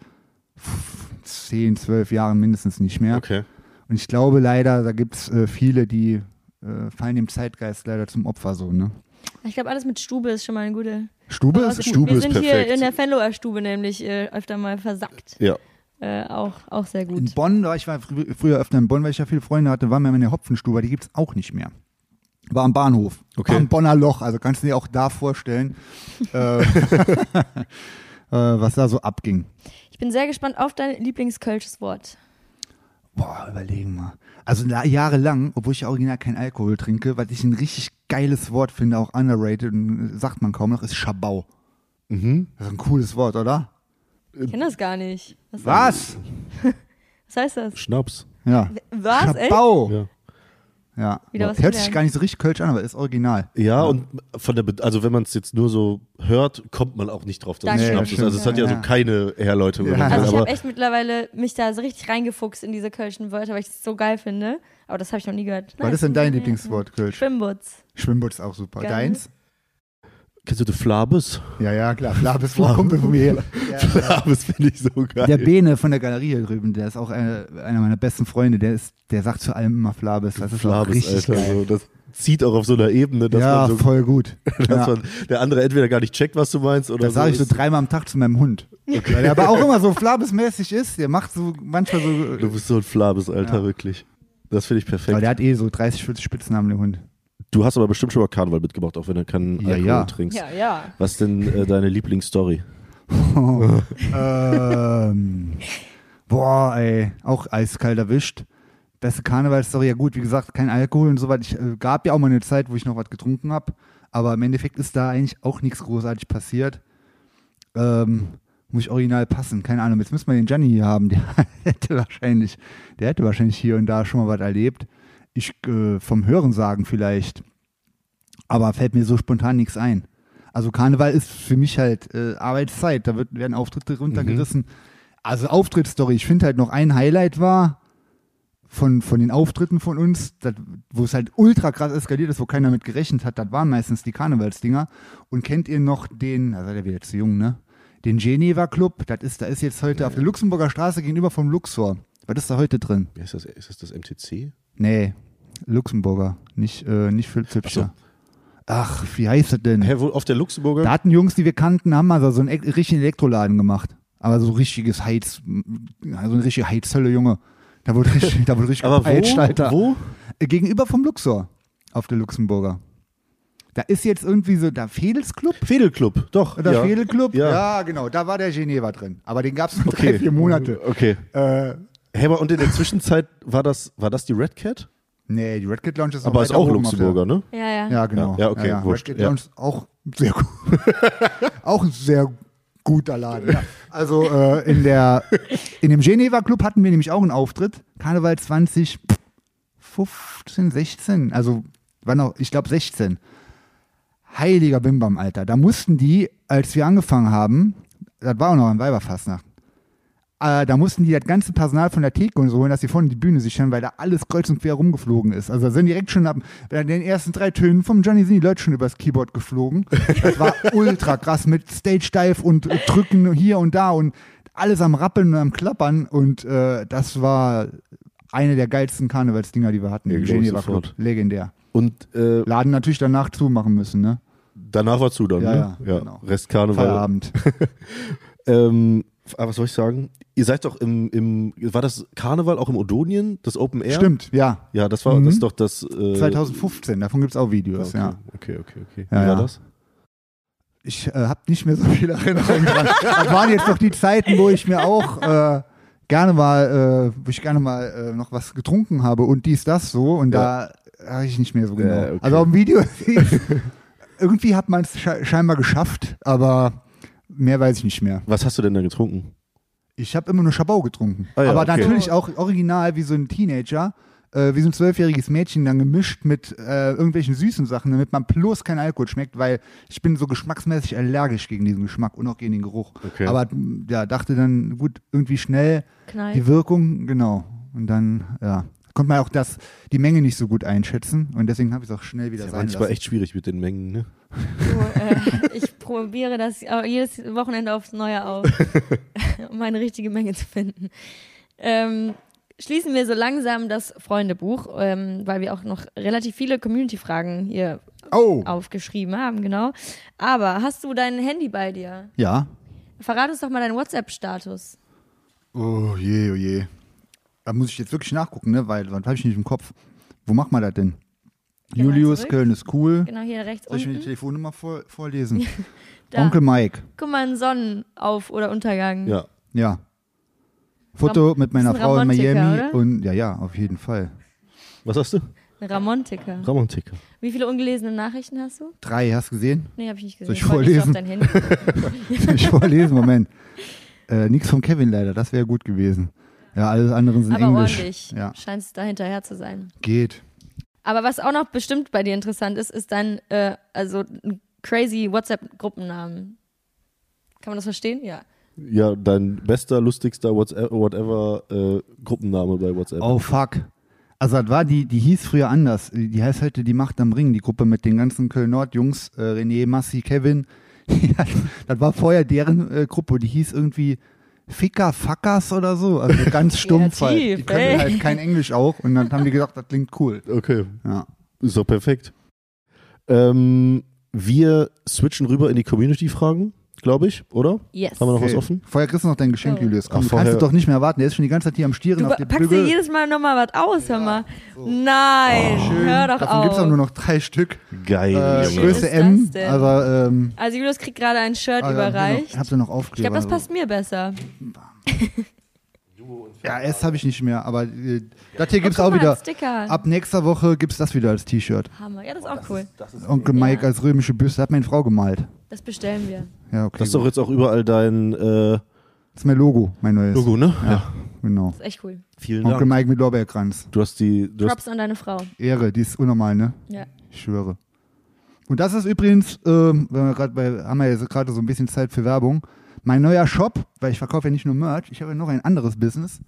S2: pff, 10, 12 Jahren mindestens nicht mehr.
S3: Okay.
S2: Und ich glaube leider, da gibt es äh, viele, die äh, fallen dem Zeitgeist leider zum Opfer so, ne?
S1: Ich glaube, alles mit Stube ist schon mal eine gute.
S2: Stube
S1: Aber
S2: ist,
S1: gut,
S3: Stube
S1: Wir
S3: ist
S1: sind
S3: perfekt.
S1: hier in der Fenloer Stube nämlich äh, öfter mal versackt.
S3: Ja.
S1: Äh, auch, auch sehr
S2: In
S1: gut.
S2: Bonn, da ich war frü früher öfter in Bonn, weil ich ja viele Freunde hatte, war mir meine Hopfenstube, die gibt es auch nicht mehr. War am Bahnhof,
S3: Okay.
S2: am Bonner Loch, also kannst du dir auch da vorstellen, äh, äh, was da so abging.
S1: Ich bin sehr gespannt auf dein Lieblingskölsches Wort.
S2: Boah, überlegen mal. Also la- jahrelang, obwohl ich ja original keinen Alkohol trinke, was ich ein richtig geiles Wort finde, auch underrated und sagt man kaum noch, ist Schabau.
S3: Mhm.
S2: Das ist ein cooles Wort, oder?
S1: Ich kenne das gar nicht. Was,
S2: Was?
S1: was heißt das?
S3: Schnaps.
S2: Ja.
S1: Was? Echt?
S2: Schabau.
S3: Ja.
S2: Ja.
S1: Wieder was
S2: Hört sich
S1: gelernt.
S2: gar nicht so richtig kölsch an, aber ist original.
S3: Ja, und von der, Be- also wenn man es jetzt nur so hört, kommt man auch nicht drauf, dass es
S1: Danke.
S3: Schnaps
S2: Nee,
S3: ist. Also es hat ja,
S2: stimmt.
S3: so keine Herleitung.
S2: Ja.
S3: oder so,
S1: Also ich
S3: aber
S1: habe echt mittlerweile mich da so richtig reingefuchst in diese kölschen Wörter, weil ich es so geil finde. Aber das habe ich noch nie gehört.
S2: Was ist denn dein Lieblingswort, Kölsch?
S1: Schwimmbutz.
S2: Schwimmbad ist auch super.
S1: Geil.
S2: Deins?
S3: kennst du die Flabes?
S2: Ja, ja, klar. Flabes war Kumpel von mir.
S3: Flabes finde ich so geil.
S2: Der Bene von der Galerie hier drüben, der ist auch eine, einer meiner besten Freunde, der, ist, der sagt zu allem immer Flabes. Das ist auch
S3: Flabes,
S2: richtig
S3: Alter.
S2: geil.
S3: So, das zieht auch auf so einer Ebene, dass
S2: ja,
S3: man so,
S2: voll gut.
S3: dass
S2: Ja.
S3: man der andere entweder gar nicht checkt, was du meinst, oder
S2: Das
S3: so.
S2: sage ich so
S3: ist-
S2: dreimal am Tag zu meinem Hund. Weil der aber auch immer so Flabes-mäßig ist. Der macht so manchmal
S3: Du
S2: so.
S3: bist so ein Flabes, Alter,
S2: Ja.
S3: wirklich. Das finde ich perfekt.
S2: Aber der hat eh so 30, 40 Spitznamen, der Hund.
S3: Du hast aber bestimmt schon mal Karneval mitgemacht, auch wenn du keinen
S2: Ja,
S3: Alkohol
S2: ja.
S3: trinkst.
S1: Ja, ja.
S3: Was ist denn äh, deine Lieblingsstory?
S2: ähm, boah, ey, auch eiskalt erwischt. Beste Karnevalsstory, ja gut, wie gesagt, kein Alkohol und so was. Ich äh, gab ja auch mal eine Zeit, wo ich noch was getrunken habe, aber im Endeffekt ist da eigentlich auch nichts großartig passiert. Ähm, muss ich original passen, keine Ahnung. Jetzt müssen wir den Gianni hier haben, der hätte wahrscheinlich, der hätte wahrscheinlich hier und da schon mal was erlebt. Ich äh, vom Hören sagen vielleicht. Aber fällt mir so spontan nichts ein. Also Karneval ist für mich halt äh, Arbeitszeit. Da wird, werden Auftritte runtergerissen. Also Auftrittsstory. Ich finde halt noch ein Highlight war von, von den Auftritten von uns, dat- wo es halt ultra krass eskaliert ist, wo keiner mit gerechnet hat. Das waren meistens die Karnevalsdinger. Und kennt ihr noch den, da seid ihr wieder zu jung, ne? Den Geneva Club. Das ist, da ist jetzt heute auf der Luxemburger Straße gegenüber vom Luxor. Was ist da heute drin?
S3: Wie heißt das? Ist das das MTC?
S2: Nee, Luxemburger, nicht, äh, nicht Philipp Zipscher. Ach, wie heißt das denn?
S3: Hä, wo, auf der Luxemburger?
S2: Da hatten Jungs, die wir kannten, haben mal so einen e- richtigen Elektroladen gemacht. Aber so richtiges Heiz, also eine richtige Heizhölle, Junge. Da wurde richtig, da wurde richtig
S3: Aber
S2: gepeitscht, Alter.
S3: wo? wo?
S2: Gegenüber vom Luxor auf der Luxemburger. Da ist jetzt irgendwie so der Fedelsclub.
S3: Fedelclub, doch.
S2: Der
S3: ja.
S2: Fedelclub, ja.
S3: Ja.
S2: genau, da war der Geneva drin. Aber den gab es nur
S3: Okay.
S2: drei, vier Monate.
S3: Okay.
S2: Äh,
S3: Hä, aber und in der Zwischenzeit war das, war das die Red Cat?
S2: nee, die Red Kid Lounge ist noch
S3: Aber ist
S2: weiter
S3: auch
S2: oben auf der-
S3: Luxemburger, ne?
S1: Ja, ja.
S2: Ja, genau.
S3: Ja, ja, okay, wurscht,
S2: Red Kid
S3: ja.
S2: Lounge ist auch sehr gut. auch ein sehr guter Laden. Ja. Also äh, in, der, in dem Geneva Club hatten wir nämlich auch einen Auftritt. Karneval 2015, 16. Also wann auch, ich glaube 16. Heiliger Bimbam, Alter. Da mussten die, als wir angefangen haben, das war auch noch an Weiberfastnacht, äh, da mussten die das ganze Personal von der Theke und so holen, dass sie vorne die Bühne sich stellen, weil da alles kreuz und quer rumgeflogen ist. Also da sind direkt schon ab bei den ersten drei Tönen vom Johnny sind die Leute schon übers Keyboard geflogen. Das war ultra krass mit Stage Dive und äh, Drücken hier und da und alles am Rappeln und am Klappern und äh, das war eine der geilsten Karnevalsdinger, die wir hatten.
S3: Ja,
S2: Im
S3: glaub ich
S2: Geneva
S3: sofort.
S2: Club. Legendär.
S3: Und äh,
S2: Laden natürlich danach zumachen müssen, ne?
S3: danach war zu dann,
S2: Ja,
S3: ne?
S2: ja, genau.
S3: Rest Karneval.
S2: Feierabend.
S3: Ähm, aber was soll ich sagen? Ihr seid doch im, im, war das Karneval auch im Odonien, das Open Air?
S2: Stimmt, ja.
S3: Ja, das war,
S2: Mhm.
S3: das ist doch das. Äh,
S2: 2015, davon gibt es auch Videos,
S3: okay.
S2: ja.
S3: okay, okay, okay.
S2: Ja,
S3: Wie war
S2: ja.
S3: das?
S2: ich äh, habe nicht mehr so viele Erinnerungen dran. Das waren jetzt noch die Zeiten, wo ich mir auch äh, gerne mal, äh, wo ich gerne mal äh, noch was getrunken habe und dies, das so. Und da habe ich nicht mehr so genau.
S3: Ja, okay.
S2: Also auf dem Video irgendwie hat man es sche scheinbar geschafft, aber mehr weiß ich nicht mehr.
S3: Was hast du denn da getrunken?
S2: Ich habe immer nur Schabau getrunken.
S3: Ah ja,
S2: aber
S3: okay.
S2: natürlich auch original wie so ein Teenager, äh, wie so ein zwölfjähriges Mädchen, dann gemischt mit äh, irgendwelchen süßen Sachen, damit man bloß keinen Alkohol schmeckt, weil ich bin so geschmacksmäßig allergisch gegen diesen Geschmack und auch gegen den Geruch.
S3: Okay.
S2: Aber mh, ja, dachte dann, gut, irgendwie schnell die
S1: Knall.
S2: Wirkung, genau. Und dann, ja, konnte man auch das, die Menge nicht so gut einschätzen und deswegen habe ich es auch schnell wieder
S3: Das ist ja
S2: sein
S3: manchmal
S2: lassen.
S3: echt schwierig mit den Mengen, ne?
S1: So, äh, ich probiere das au- jedes Wochenende aufs Neue auf, um eine richtige Menge zu finden. Ähm, schließen wir so langsam das Freundebuch, ähm, weil wir auch noch relativ viele Community-Fragen hier
S2: Oh,
S1: aufgeschrieben haben, genau. Aber hast du dein Handy bei dir?
S2: ja.
S1: Verrat uns doch mal deinen WhatsApp-Status.
S2: Oh je, oh je. Da muss ich jetzt wirklich nachgucken, ne? Weil das habe ich nicht im Kopf. Wo macht man das denn?
S1: Geh mal
S2: Julius,
S1: zurück.
S2: Köln ist cool.
S1: Genau hier rechts
S2: Soll ich mir die
S1: unten.
S2: Telefonnummer vor, vorlesen?
S1: Da.
S2: Onkel Mike,
S1: Guck mal, ein Sonnenauf- oder Untergang.
S3: Ja.
S2: ja. Foto mit meiner
S1: ist ein
S2: Frau in
S1: Ramontiker,
S2: Miami
S1: oder?
S2: und ja, ja, auf jeden Fall.
S3: Was hast du?
S1: Ein Ramontiker.
S3: Ramontiker.
S1: Wie viele ungelesene Nachrichten hast du?
S2: Drei, hast du gesehen?
S1: Nee, habe ich nicht gesehen.
S2: Soll ich
S1: Wollte schon
S2: vorlesen?
S1: Auf dein Handy.
S2: Soll ich vorlesen, Moment. Äh, nix von Kevin leider, das wäre gut gewesen. Ja, alles andere sind
S1: Aber
S2: Englisch.
S1: ordentlich.
S2: Ja,
S1: Scheint es da hinterher zu sein.
S2: geht.
S1: Aber was auch noch bestimmt bei dir interessant ist, ist dein, äh, also ein crazy WhatsApp-Gruppennamen. Kann man das verstehen? Ja.
S3: Ja, dein bester, lustigster WhatsApp, whatever äh, Gruppenname bei
S1: Äh,
S3: WhatsApp.
S2: Oh fuck. Also das war die, die hieß früher anders. Die heißt heute die Macht am Ring, die Gruppe mit den ganzen Köln-Nord-Jungs, äh, René, Massi, Kevin. Ja, das war vorher deren äh, Gruppe, die hieß irgendwie Ficker Fackers oder so. Also ganz stumpf halt. Die
S1: Kreativ,
S2: können
S1: ey.
S2: halt kein Englisch auch. Und dann haben die gesagt, das klingt cool.
S3: Okay.
S2: Ja.
S3: Ist doch perfekt. Ähm, wir switchen rüber in die Community-Fragen, glaube ich, oder?
S1: Yes.
S3: Haben wir noch was offen?
S2: Vorher kriegst du noch dein Geschenk,
S1: Oh.
S2: Julius. Komm,
S3: Ach,
S2: du kannst
S3: vorher-
S2: es doch nicht mehr erwarten. Der ist schon die ganze Zeit hier am Stieren
S1: Du
S2: auf dem
S1: packst dir jedes Mal nochmal was aus, hör mal. Nein, hör doch
S2: Oh, Davon
S1: auf.
S2: gibt es auch nur noch drei Stück.
S3: Geil,
S2: Äh,
S1: Junge.
S2: Größe
S1: Was ist
S2: M,
S1: das denn?
S2: aber ähm,
S1: Also Julius kriegt gerade ein Shirt
S2: ah, ja,
S1: überreicht.
S2: Ich hab da noch
S1: ich
S2: Aufkleber.
S1: glaube, das
S2: so.
S1: passt mir besser. Oh,
S2: Ja, S habe ich nicht mehr, aber äh, das hier gibt's
S1: Oh, guck
S2: auch
S1: mal,
S2: wieder.
S1: ein Sticker.
S2: Ab nächster Woche gibt's das wieder als T-Shirt.
S1: Hammer. Ja, das ist auch cool.
S2: Onkel Mike als römische Büste hat meine Frau gemalt.
S1: Das bestellen wir.
S2: Ja, okay.
S3: Das ist doch jetzt auch überall dein äh,
S2: Das ist mein Logo, mein neues.
S3: Logo, ne? Ja.
S2: Genau.
S1: ist echt cool.
S3: Vielen
S2: Onkel
S3: Dank.
S2: Mike mit Lorbeerkranz.
S3: Du hast die. Du hast,
S1: Props an deine Frau.
S2: Ehre, die ist unnormal, ne?
S1: Ja.
S2: Ich schwöre. Und das ist übrigens, ähm, wenn wir gerade bei, haben wir ja so- gerade so ein bisschen Zeit für Werbung. Mein neuer Shop, weil ich verkaufe ja nicht nur Merch, ich habe ja noch ein anderes Business.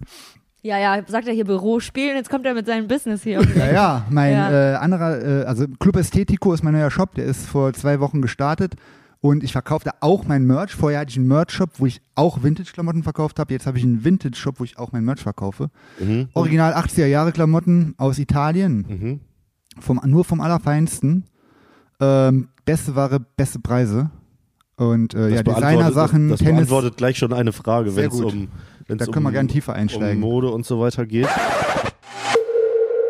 S1: Ja, ja, sagt er hier Büro spielen, jetzt kommt er mit seinem Business hier. um die
S2: Ja,
S1: Ecke.
S2: ja, mein
S1: Ja.
S2: Äh, anderer, äh, also Club Estetico ist mein neuer Shop, der ist vor zwei Wochen gestartet und ich verkaufe da auch mein Merch. Vorher hatte ich einen Merch-Shop, wo ich auch Vintage-Klamotten verkauft habe. Jetzt habe ich einen Vintage-Shop, wo ich auch mein Merch verkaufe. Original 80er-Jahre-Klamotten aus Italien,
S3: mhm.
S2: vom, nur vom Allerfeinsten. Ähm, beste Ware, beste Preise. Und
S3: das
S2: äh, ja,
S3: beantwortet-
S2: Designer-Sachen,
S3: Das, das
S2: Tennis.
S3: beantwortet gleich schon eine Frage, wenn
S2: Sehr
S3: es
S2: gut.
S3: um. wenn's
S2: Da können wir
S3: um,
S2: gerne tiefer einsteigen.
S3: Um Mode und so weiter geht.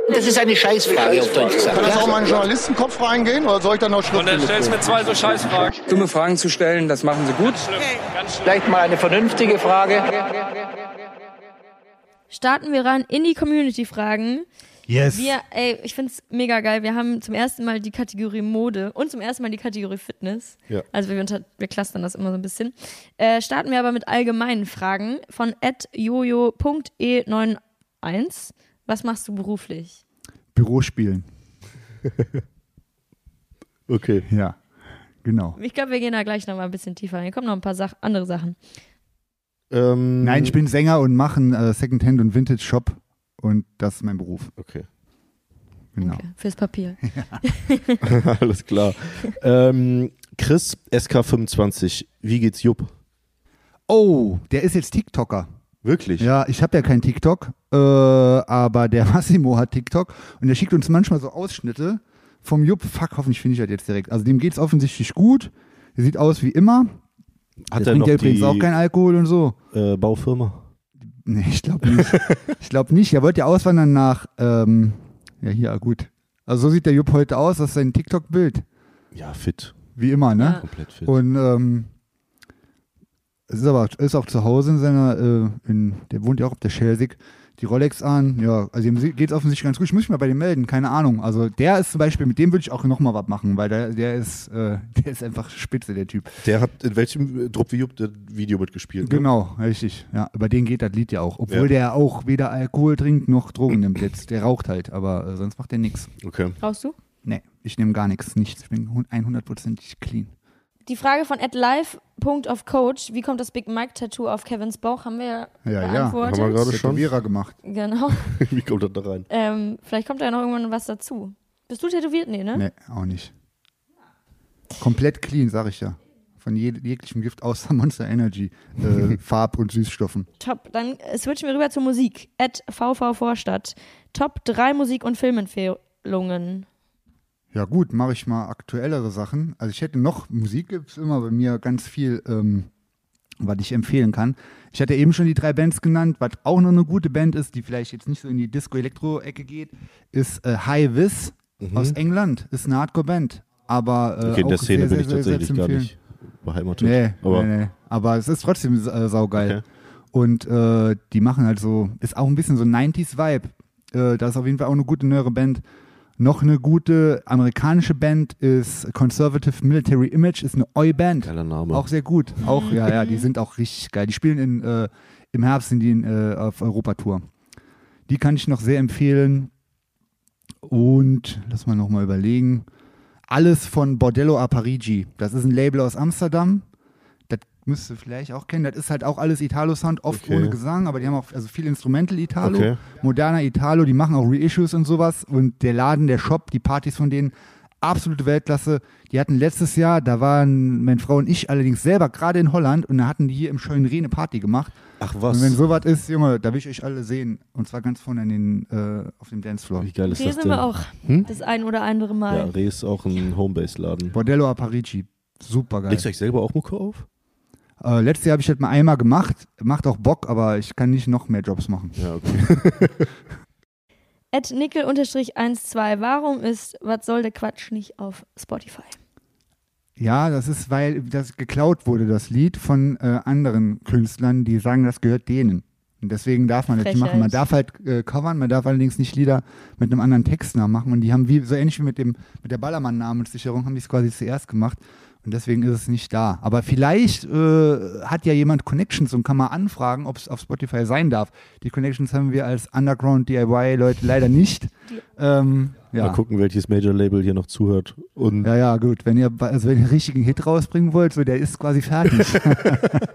S6: Das ist eine Scheißfrage auf Deutsch gesagt.
S7: Kann das auch mal in den Journalistenkopf reingehen oder soll ich dann noch
S8: Und dann
S7: schriftlich?
S8: stellst du mir zwei so Scheißfragen.
S9: Dumme Fragen zu stellen, das machen sie gut.
S6: Vielleicht mal eine vernünftige Frage.
S1: Starten wir rein in die Community-Fragen.
S2: Yes.
S1: Wir, ey, ich find's mega geil. Wir haben zum ersten Mal die Kategorie Mode und zum ersten Mal die Kategorie Fitness.
S3: Ja.
S1: Also wir, unter, wir clustern das immer so ein bisschen. Äh, starten wir aber mit allgemeinen Fragen von jojo.e91. e Was machst du beruflich?
S2: Büro spielen.
S3: Okay.
S2: Ja, genau.
S1: Ich glaube, wir gehen da gleich nochmal ein bisschen tiefer rein. Hier kommen noch ein paar Sach andere Sachen.
S3: Ähm,
S2: Nein, ich bin Sänger und mache einen äh, Secondhand- und Vintage-Shop und das ist mein Beruf.
S3: Okay.
S2: Genau.
S1: Okay, fürs Papier.
S3: Alles klar. ähm, Chris SK25, wie geht's Jupp?
S2: Oh, der ist jetzt TikToker.
S3: Wirklich?
S2: Ja, ich habe ja keinen TikTok, äh, aber der Massimo hat TikTok und der schickt uns manchmal so Ausschnitte vom Jupp. Fuck, hoffentlich finde ich das jetzt direkt. Also dem geht's offensichtlich gut. Der sieht aus wie immer.
S3: Hat
S2: der
S3: er
S2: trinkt
S3: noch
S2: ja
S3: die
S2: übrigens auch keinen Alkohol und so.
S3: äh, Baufirma?
S2: Nee, ich glaube nicht. ich glaube nicht. Er wollte ja auswandern nach, ähm, ja hier, gut. Also so sieht der Jupp heute aus, das ist sein TikTok-Bild.
S3: Ja, fit.
S2: Wie immer, ne?
S1: Ja.
S3: Komplett fit.
S2: Und ähm, es ist aber ist auch zu Hause in seiner, äh, in, der wohnt ja auch auf der Schelsig, die Rolex an. Ja, also ihm geht es offensichtlich ganz gut. Ich muss mich mal bei dem melden, keine Ahnung. Also der ist zum Beispiel, mit dem würde ich auch nochmal was machen, weil der, der ist, äh, der ist einfach spitze, der Typ.
S3: der hat in welchem äh, Druck wie Jupp das Video mitgespielt? Ne?
S2: Genau, richtig. Ja, über den geht das Lied ja auch. Obwohl
S3: Ja.
S2: der auch weder Alkohol trinkt noch Drogen nimmt. Jetzt, der raucht halt, aber äh, sonst macht er nichts.
S3: Okay.
S1: Brauchst du?
S2: Nee, ich nehme gar nichts, nichts. Ich bin hun- 100%ig clean.
S1: Die Frage von atlife.ofcoach, wie kommt das Big Mike Tattoo auf Kevins Bauch, haben wir ja,
S2: Ja, ja.
S1: beantwortet.
S3: Haben wir gerade
S2: Das hat
S3: schon?
S2: Vera gemacht.
S1: Genau.
S3: wie kommt das da rein?
S1: Ähm, vielleicht kommt da ja noch irgendwann was dazu. Bist du tätowiert? Nee, ne?
S2: Nee, auch nicht. Komplett clean, sag ich ja. Von jeg jeglichem Gift außer Monster Energy, äh, Farb- und Süßstoffen.
S1: Top. Dann äh, switchen wir rüber zur Musik. At VV Vorstadt. Top 3 Musik- und Filmempfehlungen.
S2: Ja gut, mache ich mal aktuellere Sachen. Also ich hätte noch, Musik gibt es immer bei mir ganz viel, ähm, was ich empfehlen kann. Ich hatte eben schon die drei Bands genannt, was auch noch eine gute Band ist, die vielleicht jetzt nicht so in die Disco-Elektro-Ecke geht, ist äh, High Vis aus England. Ist eine Hardcore-Band, aber
S3: Mhm. Okay,
S2: äh,
S3: in der
S2: auch
S3: Szene
S2: sehr, sehr,
S3: bin ich
S2: sehr, sehr
S3: tatsächlich gar
S2: empfehlen.
S3: nicht beheimatet.
S2: Nee,
S3: aber
S2: aber, nee, nee. aber es ist trotzdem äh, saugeil.
S3: Okay.
S2: Und äh, die machen halt so, ist auch ein bisschen so 90s-Vibe. Äh, das ist auf jeden Fall auch eine gute neuere Band. Noch eine gute amerikanische Band ist Conservative Military Image, ist eine Oi-Band.
S3: geiler Name.
S2: Auch sehr gut. Auch, ja, ja, die sind auch richtig geil. Die spielen in, äh, im Herbst sind die in, äh, auf Europatour. Die kann ich noch sehr empfehlen. Und lass mal nochmal überlegen. Alles von Bordello a Parigi. Das ist ein Label aus Amsterdam. Das müsst ihr vielleicht auch kennen. Das ist halt auch alles Italo-Sound, oft
S3: Okay.
S2: ohne Gesang, aber die haben auch also viel Instrumental Italo,
S3: Okay.
S2: moderner Italo, die machen auch Reissues und sowas. Und der Laden, der Shop, die Partys von denen, absolute Weltklasse. Die hatten letztes Jahr, da waren meine Frau und ich allerdings selber gerade in Holland und da hatten die hier im schönen Reh eine Party gemacht.
S3: Ach
S2: Und wenn
S3: was.
S2: sowas ist, Junge, da will ich euch alle sehen. Und zwar ganz vorne an den, äh, auf dem Dancefloor.
S3: Wie geil ist
S1: Hier
S3: das
S1: sind
S3: denn?
S1: wir auch.
S3: Hm?
S1: Das ein oder andere
S3: Ja,
S1: Mal.
S3: Reh ist auch ein Homebase-Laden.
S2: Bordello a Parigi. Super geil.
S3: Legst du euch selber auch Mucke auf?
S2: Äh, letztes Jahr habe ich das mal einmal gemacht. Macht auch Bock, aber ich kann nicht noch mehr Jobs machen.
S3: Ja, okay.
S1: At nickel-12. Warum ist Was soll der Quatsch nicht auf Spotify?
S2: Ja, das ist, weil das geklaut wurde, das Lied von äh, anderen Künstlern, die sagen, das gehört denen. Und deswegen darf man das nicht
S1: Frechheit.
S2: machen. Man darf halt äh, covern, man darf allerdings nicht Lieder mit einem anderen Textnamen machen. Und die haben wie, so ähnlich wie mit dem, mit der Ballermann-Namenssicherung, haben die es quasi zuerst gemacht. Und deswegen ist es nicht da. Aber vielleicht äh, hat ja jemand Connections und kann mal anfragen, ob es auf Spotify sein darf. Die Connections haben wir als Underground DIY-Leute leider nicht. Ähm, ja.
S3: Mal gucken, welches Major-Label hier noch zuhört. Und
S2: Ja, ja, gut. Wenn ihr, also wenn ihr einen richtigen Hit rausbringen wollt, so der ist quasi fertig.
S1: Aber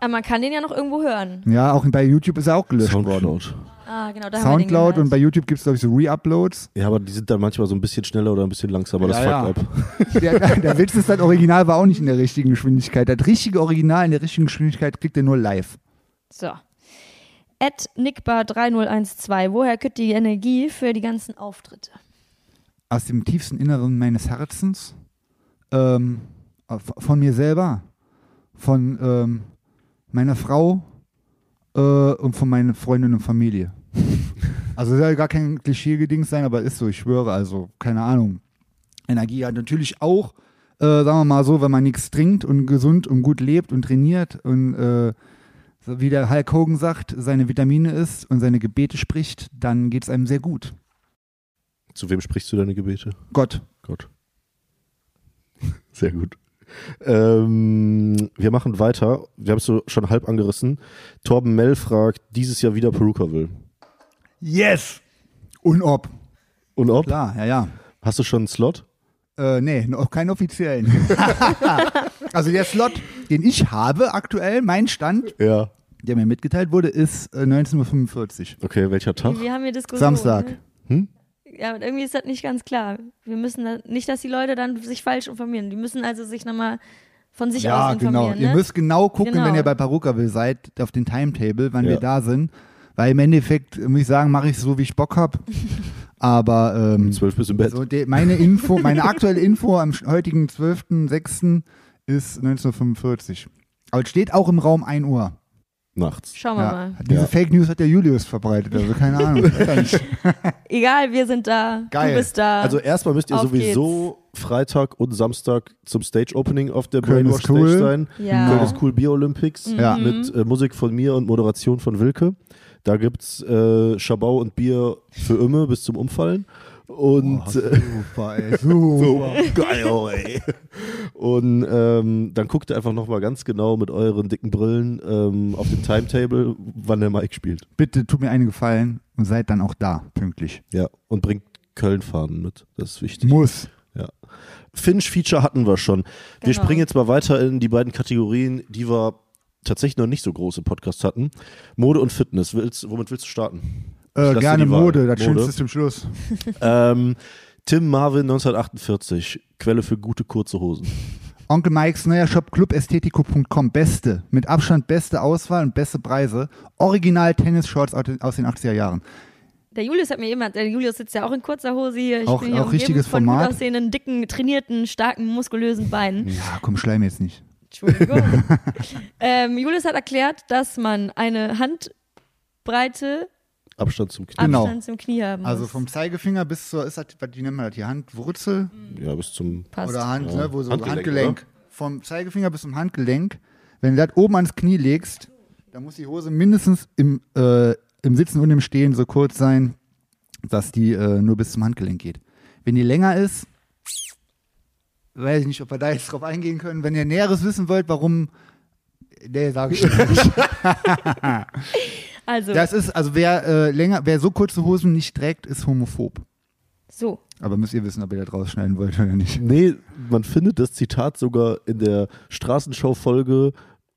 S1: Ah, man kann den ja noch irgendwo hören.
S2: ja, auch bei YouTube ist er auch gelöscht worden.
S3: Soundcloud.
S1: Ah, genau, da haben wir den
S2: Soundcloud und
S1: gehört.
S2: bei YouTube gibt es, glaube ich, so Re-Uploads.
S3: Ja, aber die sind dann manchmal so ein bisschen schneller oder ein bisschen langsamer. Das
S2: Ja,
S3: fuckt
S2: ja.
S3: ab.
S2: Der, der Witz ist, das Original war auch nicht in der richtigen Geschwindigkeit. Das richtige Original in der richtigen Geschwindigkeit kriegt ihr nur live.
S1: So. At nickbar3012. Woher kommt die Energie für die ganzen Auftritte?
S2: Aus dem tiefsten Inneren meines Herzens, ähm, v- von mir selber, von ähm, meiner Frau äh, und von meinen Freundinnen und Familie. Also soll gar kein Klischee-Gedings sein, aber ist so, ich schwöre, also keine Ahnung. Energie hat natürlich auch, äh, sagen wir mal so, wenn man nichts trinkt und gesund und gut lebt und trainiert und äh, so wie der Hulk Hogan sagt, seine Vitamine isst und seine Gebete spricht, dann geht es einem sehr gut.
S3: Zu wem sprichst du deine Gebete?
S2: Gott.
S3: Gott. Sehr gut. Ähm, wir machen weiter. Wir haben es so schon halb angerissen. Torben Mell fragt, dieses Jahr wieder Peruka will.
S2: Yes! Und ob.
S3: Und ob?
S2: Klar, ja, ja.
S3: Hast du schon einen Slot?
S2: Äh, nee, noch keinen offiziellen. also der Slot, den ich habe aktuell, mein Stand,
S3: Ja.
S2: der mir mitgeteilt wurde, ist äh, 19.45 Uhr.
S3: Okay, welcher Tag?
S1: Wir haben hier Diskussion.
S2: Samstag.
S1: Ne?
S3: Hm?
S1: Ja, und irgendwie ist das nicht ganz klar. Wir müssen da, nicht, dass die Leute dann sich falsch informieren. Die müssen also sich nochmal von sich
S2: ja,
S1: aus
S2: genau.
S1: informieren.
S2: Ihr
S1: ne?
S2: müsst genau gucken,
S1: Genau.
S2: wenn ihr bei Paruka will seid, auf den Timetable, wann
S3: Ja.
S2: wir da sind. Weil im Endeffekt, äh, muss ich sagen, mache ich so, wie ich Bock habe. Aber ähm,
S3: Zwölf bis im Bett.
S2: so de, meine Info, meine aktuelle Info am sch- heutigen 12.06. ist 1945. Aber es steht auch im Raum 1 Uhr.
S3: Nachts.
S1: Schauen wir
S2: Ja.
S1: mal.
S2: Diese
S3: Ja.
S2: Fake News hat der Julius verbreitet, also keine Ahnung. Ich weiß gar nicht.
S1: Egal, wir sind da.
S2: Geil.
S1: Du bist da.
S3: Also erstmal müsst ihr
S1: Ähm, Auf
S3: sowieso Freitag und Samstag zum Stage Opening auf der
S2: Köln
S3: Brainwash
S2: ist cool.
S3: Stage sein.
S1: Ja. Mhm.
S3: Köln ist cool Bier Olympics
S2: Ja.
S3: mit äh, Musik von mir und Moderation von Wilke. Da gibt's äh, Schabau und Bier für immer bis zum Umfallen. Und äh,
S2: Oh, Super, ey, super.
S3: geil, oh, ey. Und ähm, dann guckt ihr einfach nochmal ganz genau mit euren dicken Brillen ähm, auf dem Timetable, wann der Mike spielt.
S2: Bitte tut mir einen Gefallen und seid dann auch da, pünktlich.
S3: Ja. Und bringt Köln-Faden mit. Das ist wichtig.
S2: Muss.
S3: Finch-Feature hatten wir schon. Wir
S1: Genau.
S3: springen jetzt mal weiter in die beiden Kategorien, die wir tatsächlich noch nicht so große Podcasts hatten. Mode und Fitness. Willst, womit willst du starten? Ich
S2: Äh,
S3: lasse
S2: gerne
S3: die Wahl.
S2: Mode, das
S3: Mode.
S2: Schönste ist zum Schluss.
S3: ähm, Tim Marvin 1948, Quelle für gute kurze Hosen.
S2: Onkel Mikes neuer Shop clubästhetico.com. Beste, mit Abstand beste Auswahl und beste Preise. Original Tennis-Shorts aus den- aus den 80er Jahren.
S1: der Julius hat mir jemand, der Julius sitzt ja auch in kurzer Hose hier. Ich
S2: Auch-
S1: bin hier
S2: auch
S1: umgeben
S2: richtiges
S1: von
S2: Format.
S1: Gut aussehenden, dicken, trainierten, starken, muskulösen Beinen.
S2: Ja, komm, schleim jetzt nicht.
S1: Entschuldigung. ähm, Julius hat erklärt, dass man eine Handbreite
S3: Abstand zum Knie.
S2: Genau.
S1: Abstand zum Knie haben muss.
S2: Also vom Zeigefinger bis zur, ist das, was- wie nennt man das hier, Handwurzel?
S3: Ja, bis zum.
S1: Passt.
S2: Oder Hand,
S3: Ja.
S2: ne, wo so
S3: Handgelenk,
S2: Handgelenk. Vom Zeigefinger bis zum Handgelenk. Wenn du das oben ans Knie legst, dann muss die Hose mindestens im, äh, im Sitzen und im Stehen so kurz sein, dass die äh, nur bis zum Handgelenk geht. Wenn die länger ist, weiß ich nicht, ob wir da jetzt drauf eingehen können. Wenn ihr Näheres wissen wollt, warum. Nee, sag ich nicht.
S1: also
S2: Das ist, also wer äh, länger, wer so kurze Hosen nicht trägt, ist homophob.
S1: so.
S2: Aber müsst ihr wissen, ob ihr das rausschneiden wollt oder nicht.
S3: Nee, man findet das Zitat sogar in der Straßenschau-Folge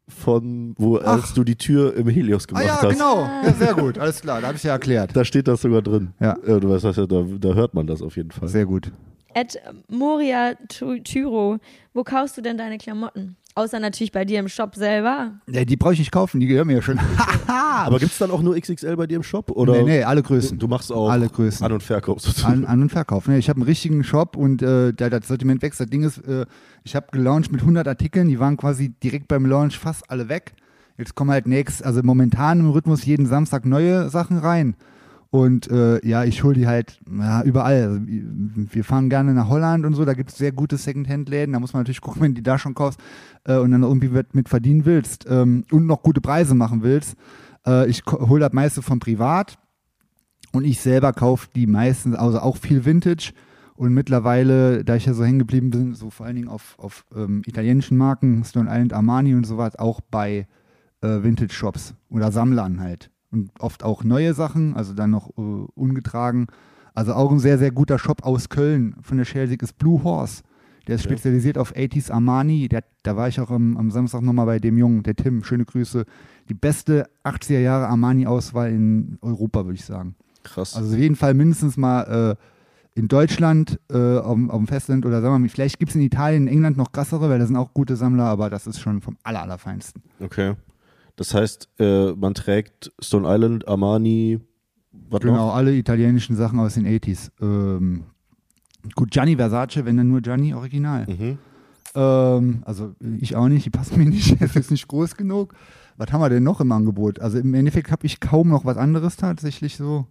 S3: von, wo als du die Tür im Helios
S2: Ah
S3: gemacht
S2: ja,
S3: hast.
S2: genau. Ja, sehr gut, alles klar, da habe ich ja erklärt.
S3: Da steht das sogar drin.
S2: Ja.
S3: Äh, du weißt, was, ja, da, da hört man das auf jeden Fall.
S2: Sehr gut.
S1: At Moria Tu- Tyro, wo kaufst du denn deine Klamotten? Außer natürlich bei dir im Shop selber.
S2: Ja, die brauche ich nicht kaufen, die gehören mir ja schon.
S3: Aber gibt es dann auch nur XXL bei dir im Shop? Oder
S2: nee, nee, alle
S3: Du,
S2: Größen.
S3: du machst auch
S2: Alle Größen.
S3: An- und Verkauf sozusagen.
S2: An, an und Verkauf. Ne? Ich habe einen richtigen Shop und äh, da das Sortiment wächst. Das Ding ist, äh, ich habe gelauncht mit 100 Artikeln, die waren quasi direkt beim Launch fast alle weg. Jetzt kommen halt nächst, also momentan im Rhythmus jeden Samstag neue Sachen rein. Und äh, ja, ich hole die halt ja, überall. Also, wir fahren gerne nach Holland und so, da gibt es sehr gute Secondhand-Läden. Da muss man natürlich gucken, wenn du die da schon kaufst äh, und dann irgendwie mit, mit verdienen willst ähm, und noch gute Preise machen willst. Äh, ich hole das meiste von privat. Und ich selber kaufe die meistens, also auch viel Vintage Und mittlerweile, da ich ja so hängen geblieben bin, so vor allen Dingen auf, auf ähm, italienischen Marken, Stone Island, Armani und sowas, auch bei äh, Vintage-Shops oder Sammlern halt. Und oft auch neue Sachen, also dann noch äh, ungetragen. Also auch ein sehr, sehr guter Shop aus Köln von der Schelsig ist Blue Horse. Der ist spezialisiert auf 80s Armani. Der, da war ich auch am, am Samstag nochmal bei dem Jungen, der Tim. Schöne Grüße. Die beste 80er Jahre Armani-Auswahl in Europa, würde ich sagen.
S3: Krass.
S2: Also auf jeden Fall mindestens mal äh, in Deutschland, äh, auf, dem- auf dem Festland oder sagen wir mal, vielleicht gibt es in Italien, in England noch krassere, weil da sind auch gute Sammler, aber das ist schon vom aller, allerfeinsten.
S3: okay. Das heißt, äh, man trägt Stone Island, Armani, was
S2: Genau,
S3: noch?
S2: alle italienischen Sachen aus den 80s. Ähm, gut, Gianni Versace, wenn dann nur Gianni Original.
S3: Mhm.
S2: Ähm, also ich auch nicht, die passen mir nicht, es ist nicht groß genug. Was haben wir denn noch im Angebot? Also im Endeffekt habe ich kaum noch was anderes tatsächlich so.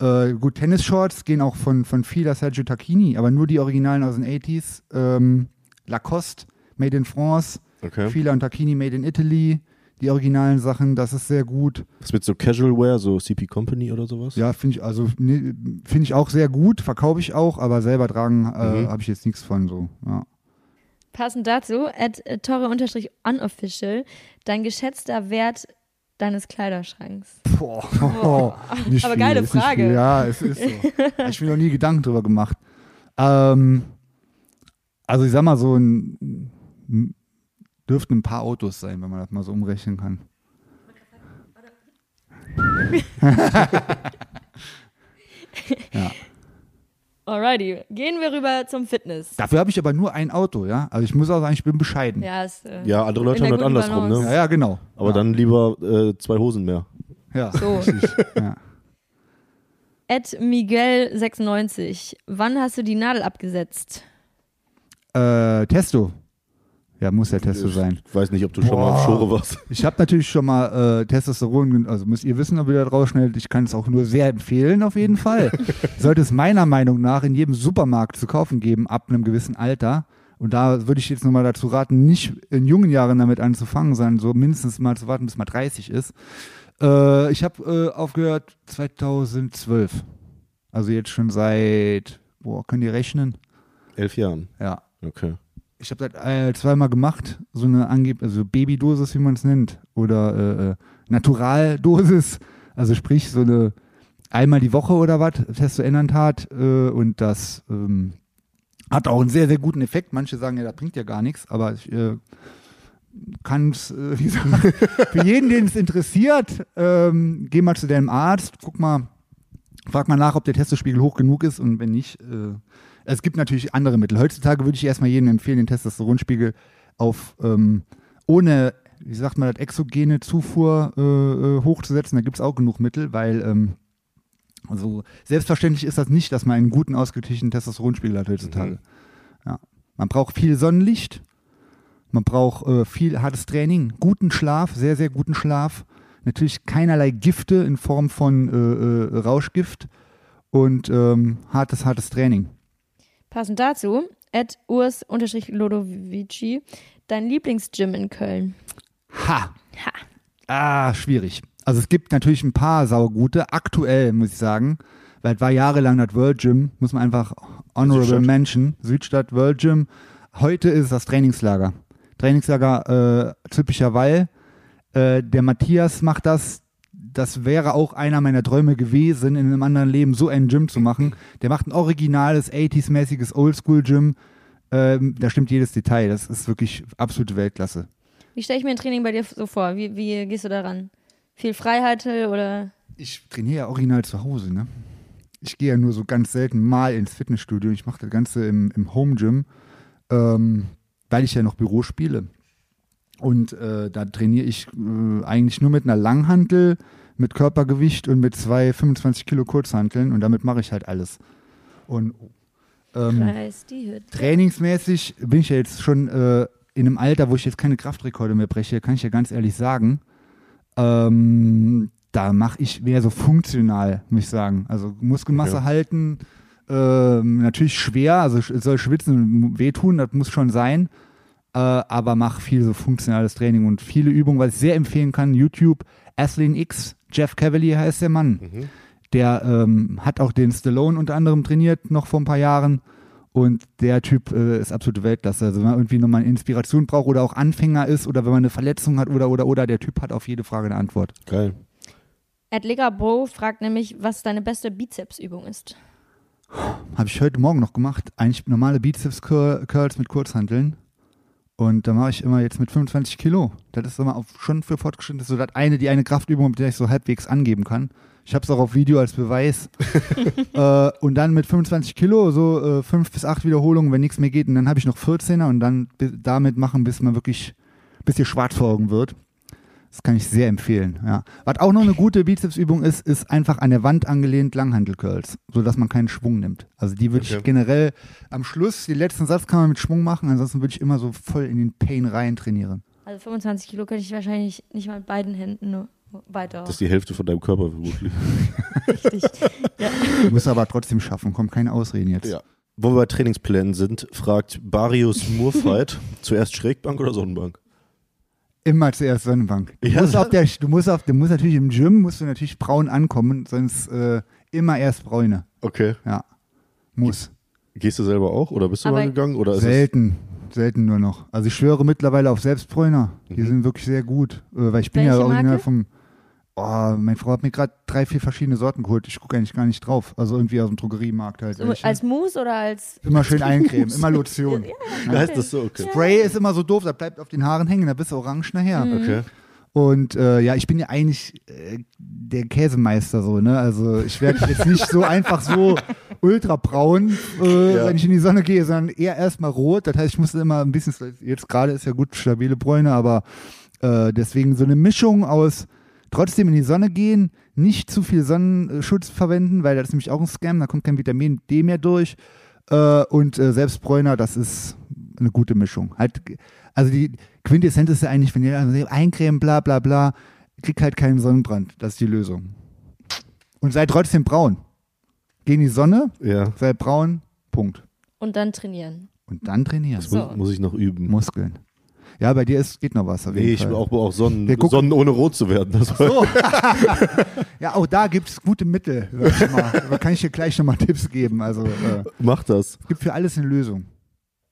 S2: Äh, gut, Tennisshorts gehen auch von, von Fila Sergio Tacchini, aber nur die Originalen aus den 80s. Ähm, Lacoste, Made in France,
S3: Okay.
S2: Fila und Tacchini Made in Italy, die originalen Sachen, das ist sehr gut.
S3: Was mit so Casual Wear, so CP Company oder sowas?
S2: Ja, finde ich, also ne, finde ich auch sehr gut, verkaufe ich auch, aber selber tragen äh,
S3: Mhm.
S2: habe ich jetzt nichts von so. Ja.
S1: Passend dazu, at äh, torre-unofficial, dein geschätzter Wert deines Kleiderschranks.
S2: Oh, Nicht
S1: Oh. Aber geile
S2: ist nicht
S1: Frage.
S2: viel. Ja, es ist so. ich habe mir noch nie Gedanken drüber gemacht. Ähm, also ich sag mal, so ein m- dürften ein paar Autos sein, wenn man das mal so umrechnen kann.
S1: Alrighty, gehen wir rüber zum Fitness.
S2: Dafür habe ich aber nur ein Auto, ja. Also ich muss auch sagen, ich bin bescheiden. Ja,
S1: Ja, ist, äh,
S3: Ja, andere Leute
S1: In
S3: haben
S1: der
S3: das
S1: guten
S3: andersrum, ne?
S2: ja,
S1: Balance.
S2: genau.
S3: Aber
S2: ja.
S3: dann lieber äh, zwei Hosen mehr.
S2: ja.
S1: so.
S2: ja.
S1: At Miguel96, wann hast du die Nadel abgesetzt?
S2: Äh, Testo. Ja, muss ja Testo sein.
S3: Ich weiß nicht, ob du schon mal auf Schore warst.
S2: Ich habe natürlich schon mal äh, Testosteron, gen- also müsst ihr wissen, ob ihr da rausschneidet. Ich kann es auch nur sehr empfehlen, auf jeden Fall. Sollte es meiner Meinung nach in jedem Supermarkt zu kaufen geben, ab einem gewissen Alter. Und da würde ich jetzt nochmal dazu raten, nicht in jungen Jahren damit anzufangen, sondern so mindestens mal zu warten, bis man 30 ist. Äh, ich habe äh, aufgehört 2012. Also jetzt schon seit, boah, könnt ihr rechnen?
S3: Elf Jahren.
S2: Ja,
S3: Okay.
S2: ich habe das äh, zweimal gemacht, so eine angeb also Babydosis, wie man es nennt, oder äh, äh, Naturaldosis, also sprich so eine einmal die Woche oder was, Testosterontat äh, und das ähm, hat auch einen sehr, sehr guten Effekt. Manche sagen, ja, das bringt ja gar nichts, aber ich äh, kann es, äh, wie gesagt, für jeden, den es interessiert, ähm, geh mal zu deinem Arzt, guck mal, frag mal nach, ob der Testospiegel hoch genug ist und wenn nicht, äh, es gibt natürlich andere Mittel. Heutzutage würde ich erstmal jedem empfehlen, den Testosteronspiegel auf ähm, ohne, wie sagt man das, exogene Zufuhr äh, äh, hochzusetzen. Da gibt es auch genug Mittel, weil ähm, also selbstverständlich ist das nicht, dass man einen guten, ausgeglichenen Testosteronspiegel hat heutzutage. Ja. Man braucht viel Sonnenlicht, man braucht äh, viel hartes Training, guten Schlaf, sehr, sehr guten Schlaf. Natürlich keinerlei Gifte in Form von äh, äh, Rauschgift und ähm, hartes, hartes Training.
S1: Passend dazu, at urs-lodovici, dein Lieblingsgym in Köln.
S2: Ha. Ah, schwierig. Also es gibt natürlich ein paar saugute, aktuell muss ich sagen, weil es war jahrelang das World Gym, muss man einfach honorable
S3: Südstadt.
S2: mention, Südstadt World Gym. Heute ist das Trainingslager. Trainingslager äh, Züppicher Wall. Äh, der Matthias macht das. Das wäre auch einer meiner Träume gewesen, in einem anderen Leben so ein Gym zu machen. Der macht ein originales, 80s-mäßiges Oldschool-Gym. Ähm, da stimmt jedes Detail. Das ist wirklich absolute Weltklasse.
S1: Wie stelle ich mir ein Training bei dir so vor? Wie, wie gehst du daran? Viel Freiheit oder
S2: Ich trainiere ja original zu Hause, ne? Ich gehe ja nur so ganz selten mal ins Fitnessstudio. Ich mache das Ganze im, im Home Gym, ähm, weil ich ja noch Büro spiele. Und äh, da trainiere ich äh, eigentlich nur mit einer Langhantel, mit Körpergewicht und mit zwei 25 Kilo Kurzhanteln und damit mache ich halt alles. Und ähm,
S1: Kreis, die Hütte?
S2: Trainingsmäßig bin ich ja jetzt schon äh, in einem Alter, wo ich jetzt keine Kraftrekorde mehr breche, kann ich ja ganz ehrlich sagen. Ähm, da mache ich mehr so funktional, muss ich sagen. Also Muskelmasse halten, ähm, natürlich schwer, also sch- es soll schwitzen und wehtun, das muss schon sein. Äh, aber mach viel so funktionales Training und viele Übungen, was ich sehr empfehlen kann, YouTube, Athlene X, Jeff Cavalier heißt der Mann. Der ähm, hat auch den Stallone unter anderem trainiert, noch vor ein paar Jahren. Und der Typ äh, ist absolute Weltklasse. Also wenn man irgendwie nochmal eine Inspiration braucht oder auch Anfänger ist oder wenn man eine Verletzung hat oder oder oder, der Typ hat auf jede Frage eine Antwort.
S3: Geil.
S1: Adlega Bo fragt nämlich, was deine beste Bizepsübung ist.
S2: Habe ich heute Morgen noch gemacht. Eigentlich normale Bizeps-Curls mit Kurzhanteln. Und da mache ich immer jetzt mit 25 Kilo. Das ist immer auf, schon für fortgeschritten. Das ist so das eine, die eine Kraftübung, mit der ich so halbwegs angeben kann. Ich habe es auch auf Video als Beweis. äh, und dann mit 25 Kilo, so äh, 5 bis 8 Wiederholungen, wenn nichts mehr geht. Und dann habe ich noch 14er und dann bi- damit machen, bis man wirklich, bis hier schwarz vor Augen wird. Das kann ich sehr empfehlen. Ja. Was auch noch eine gute Bizepsübung ist, ist einfach an der Wand angelehnt Langhantel-Curls, sodass man keinen Schwung nimmt. Also die würde
S3: Okay.
S2: ich generell am Schluss, den letzten Satz kann man mit Schwung machen, ansonsten würde ich immer so voll in den Pain rein trainieren.
S1: Also 25 Kilo könnte ich wahrscheinlich nicht mal mit beiden Händen nur weiter.
S3: Das ist die Hälfte von deinem Körper vermutlich.
S1: richtig.
S2: Du musst aber trotzdem schaffen, komm, keine Ausreden jetzt.
S3: Ja. Wo wir bei Trainingsplänen sind, fragt Barius Murfight zuerst Schrägbank oder Sonnenbank?
S2: Immer zuerst Sonnenbank. Du,
S3: Ja.
S2: musst auf der, du, musst auf, du musst natürlich im Gym, musst du natürlich braun ankommen, sonst äh, immer erst braune.
S3: Okay.
S2: Ja, muss.
S3: Gehst du selber auch oder bist du
S1: Aber-
S3: mal gegangen? Oder ist es,
S2: Selten, selten nur noch. Also ich schwöre mittlerweile auf Selbstbräuner. Die
S3: Mhm.
S2: sind wirklich sehr gut, äh, weil ich bin
S1: Welche
S2: ja original
S1: Marke?
S2: vom. Oh, meine Frau hat mir gerade drei, vier verschiedene Sorten geholt. Ich gucke eigentlich gar nicht drauf. Also irgendwie aus dem Drogeriemarkt halt.
S1: So,
S2: welche.
S1: als Mousse oder als.
S2: immer schön eincremen, immer Lotion.
S3: heißt das so? Okay.
S2: Spray ist immer so doof, das bleibt auf den Haaren hängen, da bist du orange nachher.
S1: Mhm.
S3: Okay.
S2: Und äh, ja, ich bin ja eigentlich äh, der Käsemeister so, ne? Also ich werde jetzt nicht so einfach so ultra braun, äh,
S3: Ja.
S2: wenn ich in die Sonne gehe, sondern eher erstmal rot. Das heißt, ich musste immer ein bisschen, jetzt gerade ist ja gut stabile Bräune, aber äh, deswegen so eine Mischung aus trotzdem in die Sonne gehen, nicht zu viel Sonnenschutz verwenden, weil das ist nämlich auch ein Scam, da kommt kein Vitamin D mehr durch. Äh, und äh, Selbstbräuner, das ist eine gute Mischung. Halt, also die Quintessenz ist ja eigentlich, wenn ihr also eincremen, bla bla bla, kriegt halt keinen Sonnenbrand. Das ist die Lösung. Und seid trotzdem braun. Geh in die Sonne,
S3: Ja.
S2: seid braun, Punkt.
S1: Und dann trainieren.
S2: Und dann trainieren.
S3: Das muss, muss ich noch üben.
S2: Muskeln. Ja, bei dir ist, geht noch was. Auf jeden
S3: Nee, ich
S2: Fall.
S3: auch, auch Sonnen,
S2: Wir gucken-
S3: Sonnen ohne rot zu werden. Das war,
S2: So. ja, auch da gibt es gute Mittel, sag ich mal. Da kann ich dir gleich nochmal Tipps geben. Also äh,
S3: Mach das.
S2: es gibt für alles eine Lösung.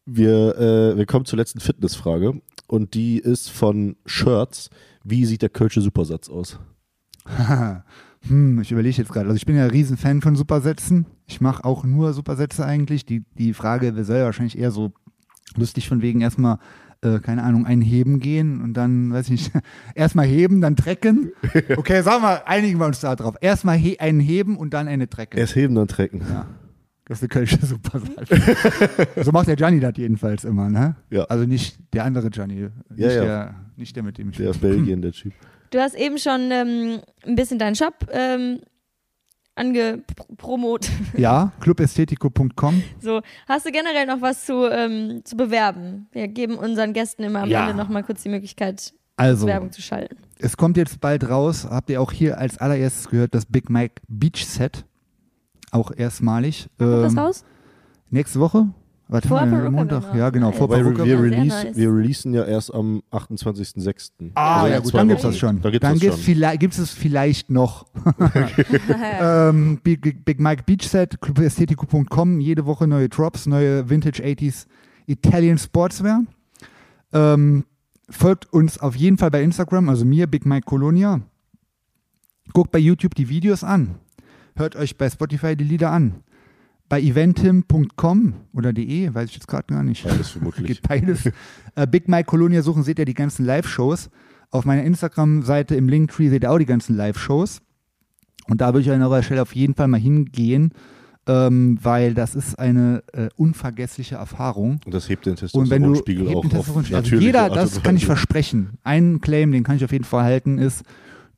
S3: Wir, äh, wir kommen zur letzten Fitnessfrage und die ist von Shirts. Wie sieht der Kölsche Supersatz aus?
S2: Genau. Hm, ich überlege jetzt gerade. Also ich bin ja ein Riesenfan von Supersätzen. Ich mache auch nur Supersätze eigentlich. Die, die Frage soll ja wahrscheinlich eher so lustig von wegen erstmal, äh, keine Ahnung, ein Heben gehen und dann, weiß ich nicht, erstmal heben, dann trecken. Okay, sagen wir, einigen wir uns da drauf. Erstmal he einen heben und dann eine trecken.
S3: Erst heben, dann trecken.
S2: Das ist eine kölsche Supersatz. so macht der Gianni das jedenfalls immer, ne?
S3: Ja.
S2: Also nicht der andere Gianni. Nicht,
S3: Ja, ja.
S2: Der, nicht der, mit dem ich
S3: Der aus Belgien, der Typ.
S1: Du hast eben schon ähm, ein bisschen deinen Shop ähm, angepromot.
S2: Ja, clubästhetico.com.
S1: So, hast du generell noch was zu, ähm, zu bewerben? Wir geben unseren Gästen immer am
S2: Ja.
S1: Ende nochmal kurz die Möglichkeit,
S2: Also,
S1: Werbung zu schalten.
S2: Es kommt jetzt bald raus, habt ihr auch hier als allererstes gehört, das Big Mike Beach Set. Auch erstmalig.
S1: Kommt das
S2: Ähm,
S1: raus?
S2: nächste Woche? Was
S1: Vor
S2: haben wir denn?
S1: Perucca
S2: Montag?
S1: genau.
S2: Ja, genau.
S1: Nice.
S2: Vor
S3: Wobei
S2: Perucca.
S3: wir,
S1: Sehr
S3: release,
S1: nice.
S3: wir releasen ja erst am 28.06.
S2: Ah,
S3: Also
S2: ja,
S3: in
S2: gut,
S3: zwei
S2: dann gibt's
S3: Wochen.
S2: das schon.
S3: Dann gibt's
S2: Dann
S3: das
S2: gibt's
S3: schon.
S2: vielleicht, gibt's es vielleicht noch. ähm, Big, Big Mike Beach Set, clubästhetico.com, jede Woche neue Drops, neue Vintage 80s Italian Sportswear. Ähm, folgt uns auf jeden Fall bei Instagram, also mir, Big Mike Colonia. Guckt bei YouTube die Videos an. Hört euch bei Spotify die Lieder an. Bei eventim.com oder de, weiß ich jetzt gerade gar nicht.
S3: Beides vermutlich.
S2: Geht beides. äh, Big Mike Colonia suchen, seht ihr die ganzen Live-Shows. Auf meiner Instagram-Seite im Linktree seht ihr auch die ganzen Live-Shows. Und da würde ich an eurer Stelle auf jeden Fall mal hingehen, ähm, weil das ist eine äh, unvergessliche Erfahrung.
S3: Und das hebt den
S2: Und wenn du
S3: Testosteronspiegel
S2: hebt
S3: auch
S2: den
S3: auf
S2: Testosteron- also
S3: natürliche
S2: jeder,
S3: Art und
S2: das kann ich
S3: Weise.
S2: versprechen. Einen Claim, den kann ich auf jeden Fall halten, ist,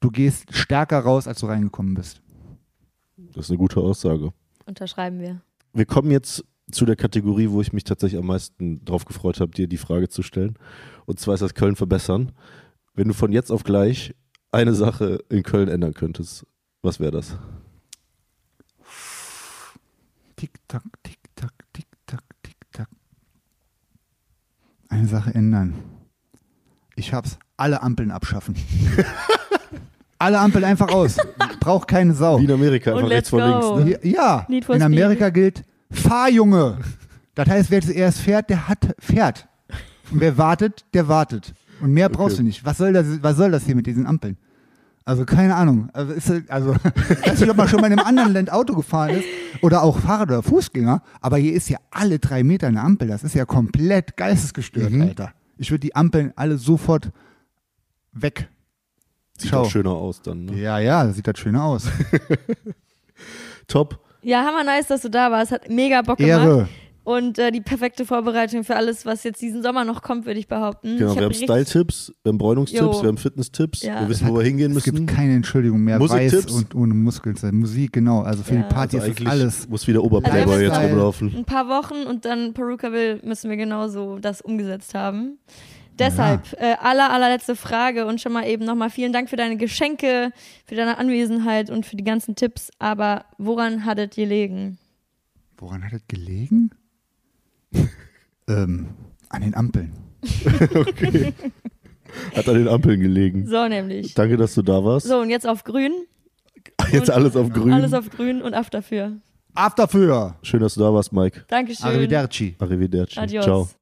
S2: du gehst stärker raus, als du reingekommen bist.
S3: Das ist eine gute Aussage.
S1: Unterschreiben wir.
S3: Wir kommen jetzt zu der Kategorie, wo ich mich tatsächlich am meisten drauf gefreut habe, dir die Frage zu stellen. Und zwar ist das Köln verbessern. Wenn du von jetzt auf gleich eine Sache in Köln ändern könntest, was wäre das?
S2: Tick-Tack, Tick-Tack, Tick-Tack, Tick-Tack. Eine Sache ändern. Ich hab's. Alle Ampeln abschaffen. Alle Ampeln einfach aus. braucht keine Sau.
S3: Wie in Amerika,
S1: Und
S3: einfach rechts
S1: let's
S3: vor links.
S1: go.
S3: Ne?
S2: Ja, ja.
S1: Need for
S2: in
S1: Speed.
S2: Amerika gilt, fahr Junge. Das heißt, wer zuerst fährt, der hat fährt. Und wer wartet, der wartet. Und mehr brauchst du nicht. Was soll das, was soll das hier mit diesen Ampeln? Also keine Ahnung. Also, ist, halt- also ich weiß nicht, ob man schon mal in einem anderen Land Auto gefahren ist oder auch Fahrrad oder Fußgänger, aber hier ist ja alle drei Meter eine Ampel. Das ist ja komplett geistesgestört, Alter. Ich würde die Ampeln alle sofort weg.
S3: Sieht
S2: Schau.
S3: auch schöner aus dann. Ne?
S2: Ja, ja, sieht das schön aus.
S3: Top.
S1: Ja, hammer nice, dass du da warst. Hat mega Bock gemacht.
S2: Ehre.
S1: Und äh, die perfekte Vorbereitung für alles, was jetzt diesen Sommer noch kommt, würde ich behaupten.
S3: Genau,
S1: ich
S3: wir
S1: hab
S3: haben
S1: richtig-
S3: Style-Tipps, wir haben Bräunungstipps,
S1: Jo.
S3: wir haben Fitness-Tipps,
S1: Ja.
S3: wir wissen, wo wir hingehen
S2: Es
S3: müssen.
S2: gibt keine Entschuldigung mehr, weiß
S3: Musiktipps?
S2: und ohne Muskeln zu sein. Musik, genau. Also für die Party ist
S3: eigentlich
S2: es alles.
S3: muss wieder Oberplayboy
S1: Also wir
S3: jetzt
S1: müssen-
S3: rumlaufen.
S1: Ein paar Wochen und dann Perukaville müssen wir genauso das umgesetzt haben. Deshalb, äh, aller, allerletzte Frage und schon mal eben nochmal vielen Dank für deine Geschenke, für deine Anwesenheit und für die ganzen Tipps. Aber woran hattet ihr legen?
S2: Woran hat das gelegen? ähm, an den Ampeln.
S3: Hat an den Ampeln gelegen.
S1: So nämlich.
S3: Danke, dass du da warst.
S1: So, und jetzt auf grün.
S3: jetzt alles auf grün.
S1: Alles auf grün und ab dafür.
S2: Ab dafür!
S3: Schön, dass du da warst, Mike.
S1: Dankeschön.
S2: Arrivederci.
S3: Arrivederci.
S1: Adios.
S3: Ciao.